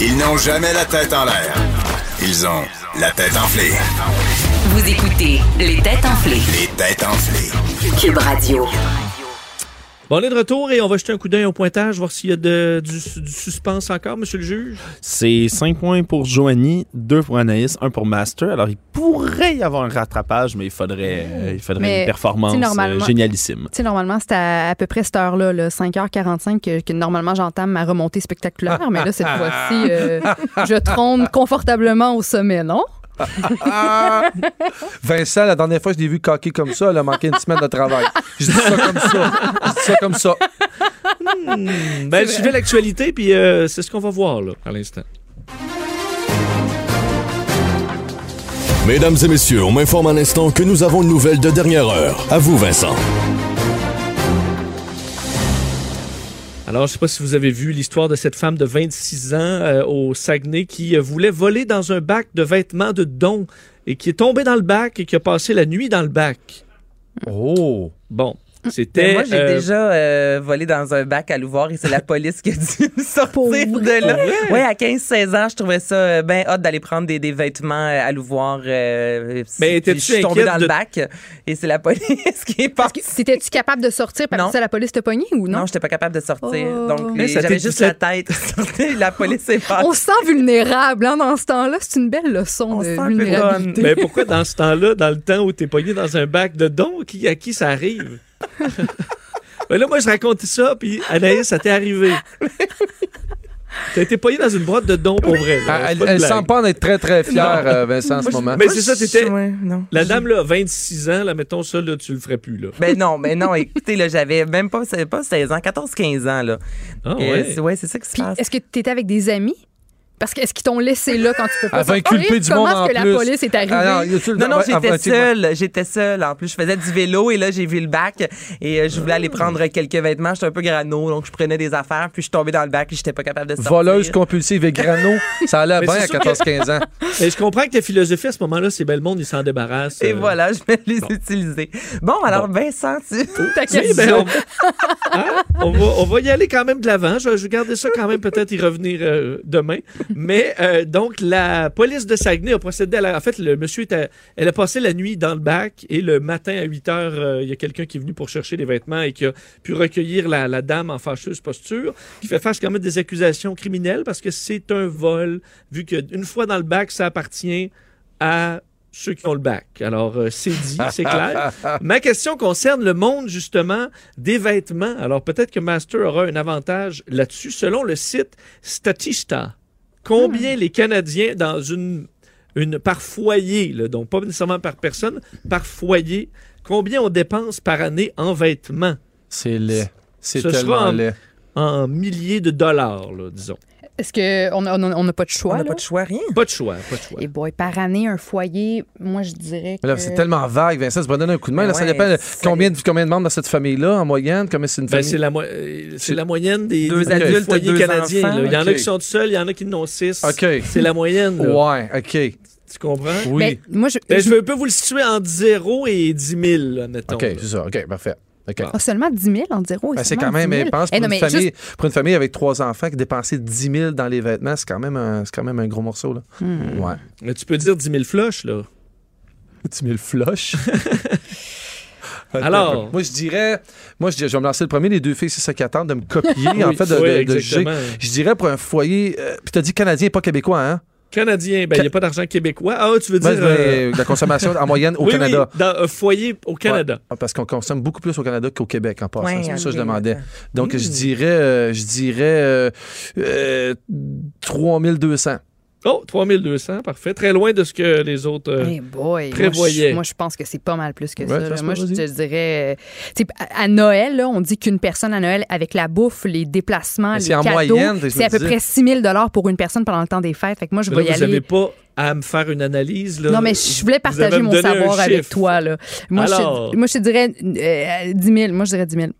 [SPEAKER 12] Ils n'ont jamais la tête en l'air. Ils ont la tête enflée.
[SPEAKER 3] Vous écoutez Les têtes enflées.
[SPEAKER 12] Les têtes enflées.
[SPEAKER 3] Cube Radio.
[SPEAKER 4] Bon, on est de retour et on va jeter un coup d'œil au pointage, voir s'il y a de- du, du suspense encore, monsieur le juge.
[SPEAKER 9] C'est 5 points pour Joanie, 2 pour Anaïs, 1 pour Master. Alors, il pourrait y avoir un rattrapage, mais il faudrait,
[SPEAKER 7] ben,
[SPEAKER 9] euh, il faudrait
[SPEAKER 5] Mais,
[SPEAKER 9] une performance
[SPEAKER 5] tu sais,
[SPEAKER 9] euh,
[SPEAKER 5] normalement-
[SPEAKER 9] génialissime.
[SPEAKER 5] Tu sais, normalement, c'est à, à peu près cette heure-là, là, 5h45, que, que normalement j'entame ma remontée spectaculaire, mais là, cette fois-ci, euh, je trompe confortablement au sommet, non?
[SPEAKER 6] Vincent, la dernière fois, je l'ai vu coquer comme ça, elle a manqué une semaine de travail. Je dis ça comme ça. Je dis ça comme ça.
[SPEAKER 4] Euh, Ben, je suivais l'actualité, puis euh, c'est ce qu'on va voir, là, à l'instant.
[SPEAKER 14] Mesdames et messieurs, on m'informe un instant que nous avons une nouvelle de dernière heure. À vous, Vincent.
[SPEAKER 4] Alors, je ne sais pas si vous avez vu l'histoire de cette femme de 26 ans euh, au Saguenay qui euh, voulait voler dans un bac de vêtements de dons et qui est tombée dans le bac et qui a passé la nuit dans le bac.
[SPEAKER 6] Oh!
[SPEAKER 4] Bon,
[SPEAKER 7] Mais
[SPEAKER 4] c'était...
[SPEAKER 7] moi, j'ai
[SPEAKER 4] euh,
[SPEAKER 7] déjà euh, volé dans un bac à Louvoir et c'est la police qui a dû me sortir de là.
[SPEAKER 4] vrai?
[SPEAKER 7] Oui, à 15-16 ans, je trouvais ça euh, ben hot d'aller prendre des, des vêtements euh, à Louvoir. euh,
[SPEAKER 4] Mais
[SPEAKER 7] puis
[SPEAKER 4] étais-tu
[SPEAKER 7] Je suis tombée
[SPEAKER 4] inquiète
[SPEAKER 7] dans
[SPEAKER 4] de-
[SPEAKER 7] le bac et c'est la police qui est partie.
[SPEAKER 5] T'étais-tu capable de sortir parce que ça, la police t'a pogné ou non?
[SPEAKER 7] Non, j'étais pas capable de sortir.
[SPEAKER 5] Oh.
[SPEAKER 7] Donc,
[SPEAKER 5] Mais
[SPEAKER 7] les-
[SPEAKER 5] ça
[SPEAKER 7] j'avais
[SPEAKER 5] t'est-
[SPEAKER 7] juste la tête. la police est partie.
[SPEAKER 5] On se sent vulnérable hein, dans ce temps-là. C'est une belle leçon de vulnérabilité.
[SPEAKER 4] Mais pourquoi dans ce temps-là, dans le temps où t'es pogné dans un bac de dons, qui, à qui ça arrive? Ben là, moi, je raconte ça, puis Anaïs, ça t'est arrivé. T'as été pogné dans une boîte de dons, pour vrai. là. C'est
[SPEAKER 6] Elle,
[SPEAKER 4] pas une
[SPEAKER 6] elle
[SPEAKER 4] blague.
[SPEAKER 6] semble pas en être très, très fière,
[SPEAKER 4] Non.
[SPEAKER 6] euh, Vincent, en ce
[SPEAKER 4] Moi, je-
[SPEAKER 6] moment.
[SPEAKER 4] Mais c'est ça, t'étais.
[SPEAKER 7] non.
[SPEAKER 4] La dame, là, 26 ans, là, mettons ça, là, tu le ferais plus, là.
[SPEAKER 7] Ben non, ben non, écoutez, là, j'avais même pas, c'est pas 16 ans, 14-15 ans, là.
[SPEAKER 4] Ah,
[SPEAKER 7] Et
[SPEAKER 4] ouais.
[SPEAKER 7] c'est- ouais, c'est ça qui se passe.
[SPEAKER 5] Est-ce que t'étais avec des amis? Parce que est-ce qu'ils t'ont laissé là quand tu peux pas
[SPEAKER 7] Elle va
[SPEAKER 5] sortir?
[SPEAKER 7] inculper du
[SPEAKER 5] Comment
[SPEAKER 7] monde en
[SPEAKER 5] est-ce que
[SPEAKER 7] plus.
[SPEAKER 5] la police est arrivée?
[SPEAKER 7] Ah non, Non, non, j'étais seule. J'étais seule. En plus, je faisais du vélo et là, j'ai vu le bac et euh, je voulais aller prendre quelques vêtements. J'étais un peu grano, donc je prenais des affaires. Puis je suis tombée dans le bac et j'étais pas capable de sortir.
[SPEAKER 6] Voleuse compulsive et grano, ça allait
[SPEAKER 4] Mais
[SPEAKER 6] bien à
[SPEAKER 4] c'est sûr
[SPEAKER 6] 14-15 ans.
[SPEAKER 4] Mais je comprends que ta philosophie, à ce moment-là, c'est bel monde, il s'en débarrasse.
[SPEAKER 7] Et
[SPEAKER 4] euh.
[SPEAKER 7] voilà, je vais les utiliser. Bon, alors,
[SPEAKER 4] Bon.
[SPEAKER 7] Vincent, tu.
[SPEAKER 4] Oui, ben, on, hein, on va, on va y aller quand même de l'avant. Je, je vais garder ça quand même, peut-être y revenir euh, demain. Mais euh, donc, la police de Saguenay a procédé à la... En fait, le monsieur, était- elle a passé la nuit dans le bac et le matin à 8 heures, euh, il y a quelqu'un qui est venu pour chercher les vêtements et qui a pu recueillir la, la dame en fâcheuse posture, qui fait face quand même des accusations criminelles parce que c'est un vol, vu qu'une fois dans le bac, ça appartient à ceux qui ont le bac. Alors, euh, c'est dit, c'est clair. Ma question concerne le monde, justement, des vêtements. Alors, peut-être que Master aura un avantage là-dessus. Selon le site Statista, combien les Canadiens dans une, une par foyer, là, donc pas nécessairement par personne, par foyer, combien on dépense par année en vêtements?
[SPEAKER 6] C'est laid. C'est
[SPEAKER 4] Ce sera
[SPEAKER 6] tellement
[SPEAKER 4] en-
[SPEAKER 6] laid.
[SPEAKER 4] En milliers de dollars, là, disons.
[SPEAKER 5] Est-ce qu'on n'a on a- on a pas de choix?
[SPEAKER 4] On a
[SPEAKER 5] là?
[SPEAKER 4] pas
[SPEAKER 7] de choix, rien.
[SPEAKER 4] Pas de choix, pas de choix.
[SPEAKER 5] Et boy, par année, un foyer, moi, je dirais que...
[SPEAKER 6] Mais là, c'est tellement vague, Vincent, tu pourrais donner un coup de main. Là, ça
[SPEAKER 5] Euh. Ouais,
[SPEAKER 6] dépend de combien, de, combien de membres dans cette famille-là, en moyenne, combien c'est une
[SPEAKER 4] Ben,
[SPEAKER 6] famille.
[SPEAKER 4] c'est la, mo- euh, c'est la moyenne des,
[SPEAKER 6] Deux
[SPEAKER 4] des
[SPEAKER 6] adultes,
[SPEAKER 4] foyers
[SPEAKER 6] deux
[SPEAKER 4] canadiens.
[SPEAKER 6] enfants.
[SPEAKER 4] là. Il y en a
[SPEAKER 6] Ok.
[SPEAKER 4] qui sont tout seuls, il y en a qui en ont six.
[SPEAKER 6] OK.
[SPEAKER 4] C'est la moyenne. là.
[SPEAKER 6] Ouais, OK.
[SPEAKER 4] Tu comprends?
[SPEAKER 6] Oui.
[SPEAKER 5] Ben, moi, je,
[SPEAKER 4] Ben, je veux- peux vous le situer entre 0 et 10 000, là, mettons.
[SPEAKER 6] OK, c'est ça. OK, parfait. OK.
[SPEAKER 5] Ah, seulement 10 000 en zéro.
[SPEAKER 6] Ben, c'est quand même intense. Pour,
[SPEAKER 5] Eh, non,
[SPEAKER 6] une
[SPEAKER 5] mais
[SPEAKER 6] famille,
[SPEAKER 5] juste-
[SPEAKER 6] pour une famille avec trois enfants qui dépensait 10 000 dans les vêtements, c'est quand, même un- c'est quand même un gros morceau. Là.
[SPEAKER 5] Hmm.
[SPEAKER 6] Ouais.
[SPEAKER 4] Mais tu peux dire 10 000 flushs, là.
[SPEAKER 6] 10 000 flushs?
[SPEAKER 4] Alors?
[SPEAKER 6] Moi, je dirais. Moi, je, dirais- je vais me lancer le premier. Les deux filles, c'est ça qui attendent de me copier, en
[SPEAKER 4] Oui,
[SPEAKER 6] fait, de,
[SPEAKER 4] oui,
[SPEAKER 6] de- de juger.
[SPEAKER 4] exactement.
[SPEAKER 6] Je dirais pour un foyer. euh, puis t'as dit canadien, pas québécois, hein?
[SPEAKER 4] Canadien, ben, il n'y a pas d'argent québécois. Ah, tu veux dire.
[SPEAKER 6] Ben,
[SPEAKER 4] euh,
[SPEAKER 6] ben, la consommation en moyenne au
[SPEAKER 4] Oui,
[SPEAKER 6] Canada.
[SPEAKER 4] oui, dans un foyer au Canada.
[SPEAKER 6] Ouais, parce qu'on consomme beaucoup plus au Canada qu'au Québec en passant.
[SPEAKER 4] Ouais,
[SPEAKER 6] c'est pour
[SPEAKER 4] ok,
[SPEAKER 6] ça que je demandais.
[SPEAKER 7] Hmm.
[SPEAKER 6] Donc, je dirais, euh, je dirais euh, euh, 3200.
[SPEAKER 4] Oh, 3200, parfait. Très loin de ce que les autres euh,
[SPEAKER 5] Eh boy, Moi,
[SPEAKER 4] prévoyaient.
[SPEAKER 5] je- moi, je pense que c'est pas mal plus que
[SPEAKER 4] Ouais,
[SPEAKER 5] ça.
[SPEAKER 4] ça
[SPEAKER 5] là.
[SPEAKER 4] se
[SPEAKER 5] Moi,
[SPEAKER 4] peut,
[SPEAKER 5] je
[SPEAKER 4] vas-y.
[SPEAKER 5] te dirais. euh, tu sais, à à Noël, là, on dit qu'une personne à Noël, avec la bouffe, les déplacements,
[SPEAKER 4] Mais
[SPEAKER 5] les
[SPEAKER 4] Ben, c'est en
[SPEAKER 5] cadeaux,
[SPEAKER 4] moyenne, je me
[SPEAKER 5] c'est à peu
[SPEAKER 4] disais.
[SPEAKER 5] près 6 000 pour une personne pendant le temps des fêtes. Fait que moi, je
[SPEAKER 4] Mais
[SPEAKER 5] vais
[SPEAKER 4] là,
[SPEAKER 5] y
[SPEAKER 4] ben, vous n'avez
[SPEAKER 5] aller.
[SPEAKER 4] pas à me faire une analyse. Là.
[SPEAKER 5] Non, mais je voulais
[SPEAKER 4] Vous avez à
[SPEAKER 5] partager
[SPEAKER 4] me
[SPEAKER 5] mon
[SPEAKER 4] donner un
[SPEAKER 5] savoir avec
[SPEAKER 4] chiffre.
[SPEAKER 5] toi. Là. Moi, je te-
[SPEAKER 4] Alors?
[SPEAKER 5] moi, je te dirais euh, 10 000. Moi, je dirais 10 000.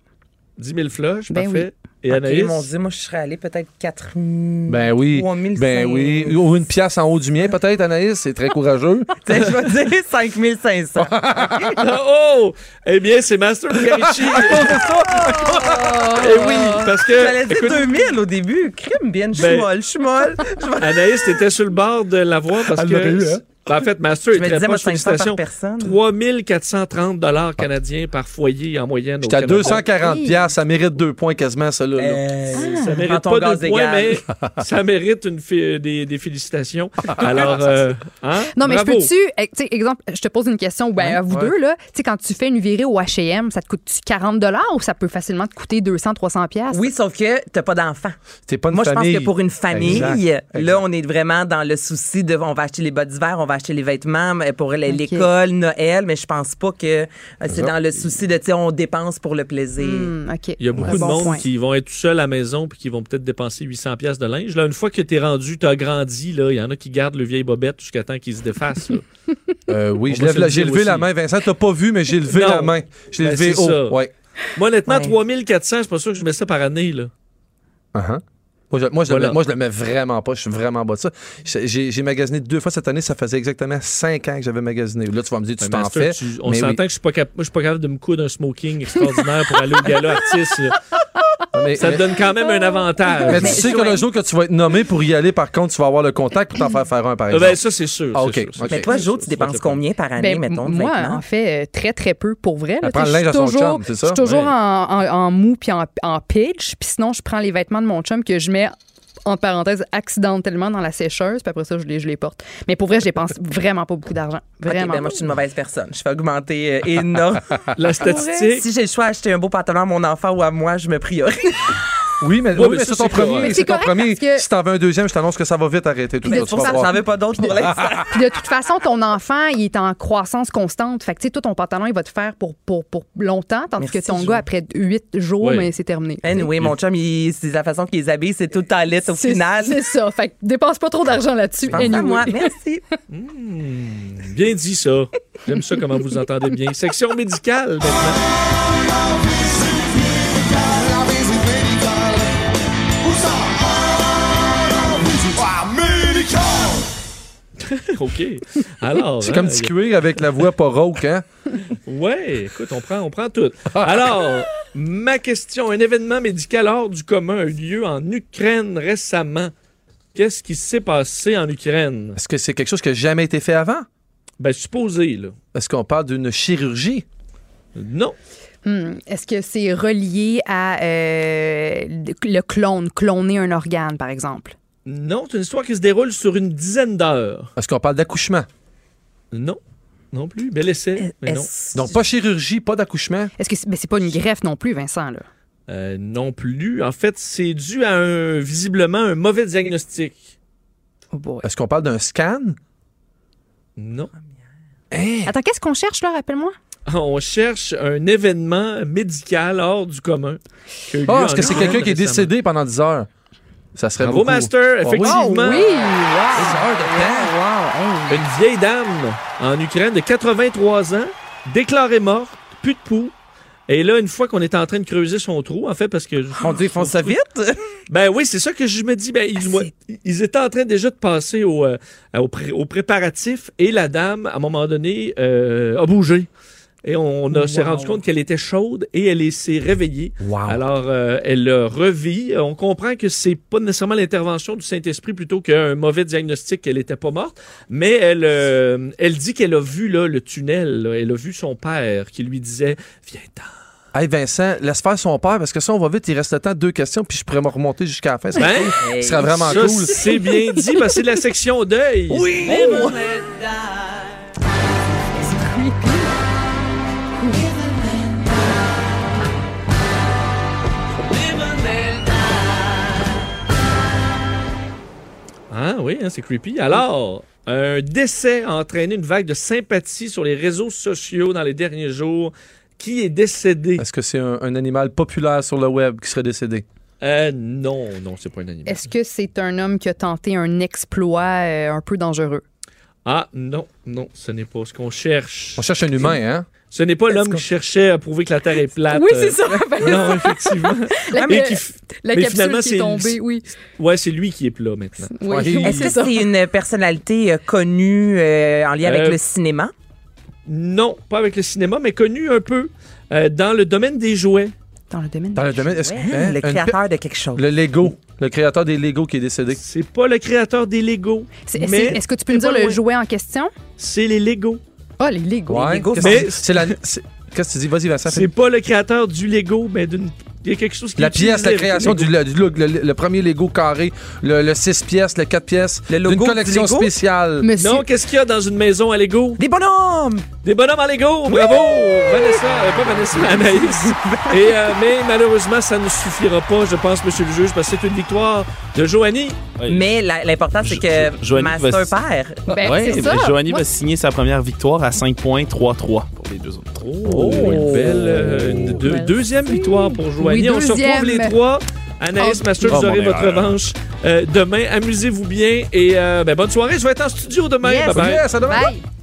[SPEAKER 4] 10 000 flushs,
[SPEAKER 5] Ben
[SPEAKER 4] parfait. Et
[SPEAKER 7] Ok,
[SPEAKER 4] Anaïs?
[SPEAKER 7] mon Dieu, moi, je serais allée peut-être 4
[SPEAKER 6] Ben oui.
[SPEAKER 7] 3500.
[SPEAKER 6] Ben oui. Ou une pièce en haut du mien, peut-être, Anaïs. C'est très courageux.
[SPEAKER 7] Je vais dire 5500.
[SPEAKER 4] oh! Eh bien, c'est Master Bugarici. Eh oui, parce que.
[SPEAKER 7] J'allais dire
[SPEAKER 4] écoute,
[SPEAKER 7] 2000 au début. Crime, bien, je suis
[SPEAKER 4] Ben-
[SPEAKER 7] molle, je suis molle. Je vais-
[SPEAKER 4] Anaïs, t'étais sur le bord de l'avoir parce
[SPEAKER 7] Elle
[SPEAKER 4] que.
[SPEAKER 7] l'aurait eu, hein?
[SPEAKER 4] Ben, en fait, Master
[SPEAKER 7] Je
[SPEAKER 4] est
[SPEAKER 7] me
[SPEAKER 4] très
[SPEAKER 7] disais, moi,
[SPEAKER 4] proche.
[SPEAKER 7] 500 par
[SPEAKER 4] félicitations.
[SPEAKER 7] personne.
[SPEAKER 4] 3430 dollars
[SPEAKER 7] Ah.
[SPEAKER 4] canadiens par foyer en moyenne.
[SPEAKER 6] J'étais à 240 piastres, ça mérite deux points quasiment, ça, là. là.
[SPEAKER 7] Euh, Ben,
[SPEAKER 4] Ah. Ça mérite pas deux points, mais ça mérite une fi- des, des félicitations. Alors, euh, hein?
[SPEAKER 5] Non, mais
[SPEAKER 4] Bravo.
[SPEAKER 5] je peux-tu, eh, tu sais, exemple, je te pose une question, ben, à vous
[SPEAKER 4] ouais.
[SPEAKER 5] deux, là, tu sais, quand tu fais une virée au HM, ça te coûte-tu 40 ou ça peut facilement te coûter 200, 300 piastres?
[SPEAKER 7] Oui, sauf que t'as pas d'enfant.
[SPEAKER 6] T'es pas une
[SPEAKER 7] Moi, je pense
[SPEAKER 6] famille.
[SPEAKER 7] que pour une famille,
[SPEAKER 6] Exact, exact.
[SPEAKER 7] là, on est vraiment dans le souci de on va acheter les bottes d'hiver, on va acheter les vêtements mais pour l- l'école, Noël, mais je pense pas que euh, c'est
[SPEAKER 4] Non.
[SPEAKER 7] dans le souci de, tu sais, on dépense pour le plaisir.
[SPEAKER 5] Hmm.
[SPEAKER 4] Il y a beaucoup de monde qui vont être tout seuls à la maison puis qui vont peut-être dépenser 800 pièces de linge. Là, une fois que t'es rendu, t'as grandi, là, il y en a qui gardent le vieil bobette jusqu'à temps qu'il se défasse. là.
[SPEAKER 6] Euh, oui,
[SPEAKER 4] On
[SPEAKER 6] je
[SPEAKER 4] va
[SPEAKER 6] lève
[SPEAKER 4] se
[SPEAKER 6] la-
[SPEAKER 4] le
[SPEAKER 6] j'ai
[SPEAKER 4] dire
[SPEAKER 6] levé la
[SPEAKER 4] aussi.
[SPEAKER 6] main. Vincent, t'as pas vu, mais j'ai levé
[SPEAKER 4] Non.
[SPEAKER 6] la main. J'ai
[SPEAKER 4] Ben,
[SPEAKER 6] levé
[SPEAKER 4] c'est ça.
[SPEAKER 6] haut. Ouais.
[SPEAKER 4] Moi, honnêtement,
[SPEAKER 6] Ouais.
[SPEAKER 4] 3400, je suis pas sûr que je mets ça par année. Là.
[SPEAKER 6] Uh-huh. Moi, je, moi, je le
[SPEAKER 4] Voilà.
[SPEAKER 6] mets- moi, je le mets vraiment pas. Je suis vraiment bas de ça. Je- J'ai j'ai magasiné deux fois cette année. Ça faisait exactement cinq ans que j'avais magasiné. Là, tu vas me dire, tu
[SPEAKER 4] Ben,
[SPEAKER 6] t'en
[SPEAKER 4] Master,
[SPEAKER 6] fais.
[SPEAKER 4] tu- on
[SPEAKER 6] mais oui.
[SPEAKER 4] s'entend que je suis pas, cap- moi, je suis pas capable de me coudre un smoking extraordinaire pour aller au gala artiste. là.
[SPEAKER 6] Mais-
[SPEAKER 4] ça te
[SPEAKER 6] mais-
[SPEAKER 4] donne quand même un avantage.
[SPEAKER 6] Mais tu sais que le jour que tu vas être nommé pour y aller, par contre, tu vas avoir le contact pour t'en faire faire un, par
[SPEAKER 4] Ah, ben,
[SPEAKER 6] exemple.
[SPEAKER 4] ça, c'est sûr.
[SPEAKER 6] Ah,
[SPEAKER 4] c'est
[SPEAKER 6] OK.
[SPEAKER 4] sûr, c'est
[SPEAKER 6] OK.
[SPEAKER 7] Mais toi, Jo, tu dépenses combien par année,
[SPEAKER 5] Ben,
[SPEAKER 7] mettons, de
[SPEAKER 5] moi,
[SPEAKER 7] vêtements?
[SPEAKER 5] en fait, euh, très, très peu pour vrai. là.
[SPEAKER 6] Elle prend
[SPEAKER 5] Tu
[SPEAKER 6] le
[SPEAKER 5] sais,
[SPEAKER 6] linge
[SPEAKER 5] je suis
[SPEAKER 6] à son
[SPEAKER 5] toujours-
[SPEAKER 6] chum, c'est
[SPEAKER 5] Je
[SPEAKER 6] ça?
[SPEAKER 5] suis toujours
[SPEAKER 6] Ouais.
[SPEAKER 5] en, en- en mou puis en, en pitch. Puis sinon, je prends les vêtements de mon chum que je mets en parenthèse accidentellement dans la sécheuse. Puis après ça, je les, je les porte. Mais pour vrai, je dépense vraiment pas beaucoup d'argent. Vraiment.
[SPEAKER 7] Ok, ben moi, je suis une mauvaise personne. Je fais augmenter euh, énorme.
[SPEAKER 4] La statistique.
[SPEAKER 7] Si j'ai le choix d'acheter un beau pantalon à mon enfant ou à moi, je me priorise.
[SPEAKER 6] Oui, mais,
[SPEAKER 7] Ouais,
[SPEAKER 6] oui,
[SPEAKER 7] mais
[SPEAKER 6] mais
[SPEAKER 7] ça,
[SPEAKER 6] c'est ton
[SPEAKER 7] c'est correct.
[SPEAKER 6] premier.
[SPEAKER 7] Mais
[SPEAKER 6] C'est
[SPEAKER 7] c'est
[SPEAKER 6] ton
[SPEAKER 7] correct
[SPEAKER 6] premier.
[SPEAKER 5] parce que-
[SPEAKER 6] Si t'en veux un deuxième, je t'annonce que ça va vite arrêter. Tout
[SPEAKER 4] Ben,
[SPEAKER 5] Puis de toute
[SPEAKER 6] ça, tu vas
[SPEAKER 5] façon,
[SPEAKER 6] voir.
[SPEAKER 5] j'en veux
[SPEAKER 7] pas d'autres pour l'instant.
[SPEAKER 5] Puis de toute façon, ton enfant, il est en croissance constante. Fait que, tu sais, toi, ton pantalon, il va te faire pour, pour, pour longtemps, tandis que ton gars, après huit jours,
[SPEAKER 7] Oui.
[SPEAKER 5] ben, c'est terminé.
[SPEAKER 7] oui, mon chum, il- c'est la façon qu'ils habillent, c'est tout à lit au
[SPEAKER 5] C'est-
[SPEAKER 7] final.
[SPEAKER 5] C'est ça. Fait que dépense pas trop d'argent là-dessus.
[SPEAKER 7] Pense à
[SPEAKER 5] Anyway.
[SPEAKER 7] moi. Merci.
[SPEAKER 4] Bien dit ça. J'aime ça comment vous entendez bien. Section médicale maintenant. OK. Alors.
[SPEAKER 6] C'est comme
[SPEAKER 4] hein,
[SPEAKER 6] du cuir avec la voix pas rauque, hein?
[SPEAKER 4] Ouais, écoute, on prend, on prend tout. Alors, ma question, un événement médical hors du commun a eu lieu en Ukraine récemment. Qu'est-ce qui s'est passé en Ukraine?
[SPEAKER 6] Est-ce que c'est quelque chose qui n'a jamais été fait avant?
[SPEAKER 4] Ben, supposé, là.
[SPEAKER 6] Est-ce qu'on parle d'une chirurgie?
[SPEAKER 4] Non.
[SPEAKER 5] Hmm. Est-ce que c'est relié à euh, le clone, cloner un organe, par exemple?
[SPEAKER 4] Non, c'est une histoire qui se déroule sur une dizaine d'heures.
[SPEAKER 6] Est-ce qu'on parle d'accouchement?
[SPEAKER 4] Non, non plus. Bel essai, mais non.
[SPEAKER 6] Donc, pas chirurgie, pas d'accouchement.
[SPEAKER 5] Est-ce que c'est ben, c'est pas une greffe non plus, Vincent? Là.
[SPEAKER 4] Euh, non plus. En fait, c'est dû à un, visiblement un mauvais diagnostic.
[SPEAKER 7] Oh
[SPEAKER 6] Est-ce qu'on parle d'un scan?
[SPEAKER 4] Non.
[SPEAKER 5] Attends, qu'est-ce qu'on cherche, là, rappelle-moi?
[SPEAKER 4] On cherche un événement médical hors du commun. qui a eu lieu
[SPEAKER 6] Ah, est-ce
[SPEAKER 4] en
[SPEAKER 6] que c'est
[SPEAKER 4] Ukraine
[SPEAKER 6] quelqu'un qui est
[SPEAKER 4] récemment.
[SPEAKER 6] décédé pendant 10 heures? Ça serait
[SPEAKER 4] Bravo,
[SPEAKER 6] beaucoup.
[SPEAKER 4] Master,
[SPEAKER 6] Ah oui.
[SPEAKER 4] effectivement.
[SPEAKER 6] Ah oui.
[SPEAKER 4] Une vieille dame en Ukraine de 83 ans, déclarée morte, plus de pouls. Et là, une fois qu'on est en train de creuser son trou, en fait, parce que...
[SPEAKER 7] On dit, ils font ça vite?
[SPEAKER 4] Ben oui, c'est ça que je me dis. Ben, ils, moi, ils étaient en train déjà de passer au, euh, au, pré- au préparatif et la dame, à un moment donné, euh, a bougé. Et on, a- s'est
[SPEAKER 6] Wow.
[SPEAKER 4] rendu compte qu'elle était chaude et elle est- s'est réveillée. Alors, euh, elle euh, revit. On comprend que c'est pas nécessairement l'intervention du Saint-Esprit plutôt qu'un mauvais diagnostic qu'elle était pas morte. Mais elle, euh, elle dit qu'elle a vu là, le tunnel. là. Elle a vu son père qui lui disait
[SPEAKER 6] Hey Vincent, laisse faire son père parce que ça, on va vite. Il reste le temps de deux questions, puis je pourrais me remonter jusqu'à la fin. Ça
[SPEAKER 4] Ben,
[SPEAKER 6] serait- ce serait vraiment
[SPEAKER 4] ça,
[SPEAKER 6] cool.
[SPEAKER 4] C'est bien dit, parce que c'est de la section deuil. Oui! Ah oui, hein, c'est creepy. Alors, un décès a entraîné une vague de sympathie sur les réseaux sociaux dans les derniers jours. Qui est décédé?
[SPEAKER 6] Est-ce que c'est un, un animal populaire sur le web qui serait décédé?
[SPEAKER 4] Euh, non, non, c'est pas un animal.
[SPEAKER 5] Est-ce que c'est un homme qui a tenté un exploit euh, un peu dangereux?
[SPEAKER 4] Ah non, non, ce n'est pas ce qu'on cherche.
[SPEAKER 6] On cherche un humain, hein?
[SPEAKER 4] Ce n'est pas l'homme qui cherchait à prouver que la Terre est plate.
[SPEAKER 5] Oui, c'est ça.
[SPEAKER 4] non, effectivement.
[SPEAKER 5] La-
[SPEAKER 4] Et
[SPEAKER 5] la-
[SPEAKER 4] qui f-
[SPEAKER 5] la
[SPEAKER 4] Euh, mais
[SPEAKER 5] capsule
[SPEAKER 4] finalement,
[SPEAKER 5] qui est
[SPEAKER 4] c'est-
[SPEAKER 5] tombée, oui.
[SPEAKER 4] Ouais, c'est lui qui est plat maintenant.
[SPEAKER 7] Est-ce que c'est une personnalité euh, connue euh, en lien avec
[SPEAKER 4] Euh,
[SPEAKER 7] le cinéma?
[SPEAKER 4] Non, pas avec le cinéma, mais connu un peu euh, dans le domaine des jouets.
[SPEAKER 5] Dans le domaine
[SPEAKER 6] Dans le domaine. est-ce que-
[SPEAKER 7] Ouais,
[SPEAKER 6] hein,
[SPEAKER 7] le
[SPEAKER 6] une pe-
[SPEAKER 7] créateur de quelque chose.
[SPEAKER 6] Le Lego. Le créateur des Lego qui est décédé.
[SPEAKER 4] C'est pas le créateur des Lego.
[SPEAKER 5] C'est- c'est- Est-ce que tu peux me dire le jouet en question?
[SPEAKER 4] C'est les Lego.
[SPEAKER 5] Ah, les Lego.
[SPEAKER 6] Ouais. Mais c'est la. c'est- Qu'est-ce que tu dis? Vas-y, Vincent.
[SPEAKER 4] C'est pas le créateur du Lego, mais d'une. Il y a quelque chose qui
[SPEAKER 6] La
[SPEAKER 4] est utilisé
[SPEAKER 6] pièce, la
[SPEAKER 4] avec
[SPEAKER 6] création
[SPEAKER 4] Lego.
[SPEAKER 6] du, le- du look, le, le premier Lego carré, le, 6 pièces, le 4 pièces, d'une
[SPEAKER 4] logo du
[SPEAKER 6] collection
[SPEAKER 4] Lego?
[SPEAKER 6] spéciale.
[SPEAKER 4] Non, qu'est-ce qu'il y a dans une maison à Lego?
[SPEAKER 7] Des bonhommes!
[SPEAKER 4] Des bonhommes à Lego! Bravo! Vanessa, euh, pas Vanessa, mais Anaïs. Et, euh, mais malheureusement, ça ne suffira pas, je pense, monsieur le juge, parce que c'est une victoire de Joanie.
[SPEAKER 7] Mais la- l'important, c'est que
[SPEAKER 9] Joanie va-
[SPEAKER 7] Master perd.
[SPEAKER 9] ouais, ben, Joanie va signer sa première victoire à 5 points, 3-3 pour les deux autres.
[SPEAKER 4] Oh, une belle euh, une deux- deuxième victoire pour Joanie.
[SPEAKER 9] Oui,
[SPEAKER 4] On se retrouve
[SPEAKER 9] deuxième.
[SPEAKER 4] les trois. Anaïs,
[SPEAKER 9] Oh.
[SPEAKER 4] Master,
[SPEAKER 9] Oh,
[SPEAKER 4] vous
[SPEAKER 9] mon
[SPEAKER 4] aurez votre
[SPEAKER 9] erreur.
[SPEAKER 4] revanche euh, demain. Amusez-vous bien et euh, ben, bonne soirée. Je vais être en studio demain.
[SPEAKER 9] Yes,
[SPEAKER 4] bye bye.
[SPEAKER 9] yes, à demain. Bye.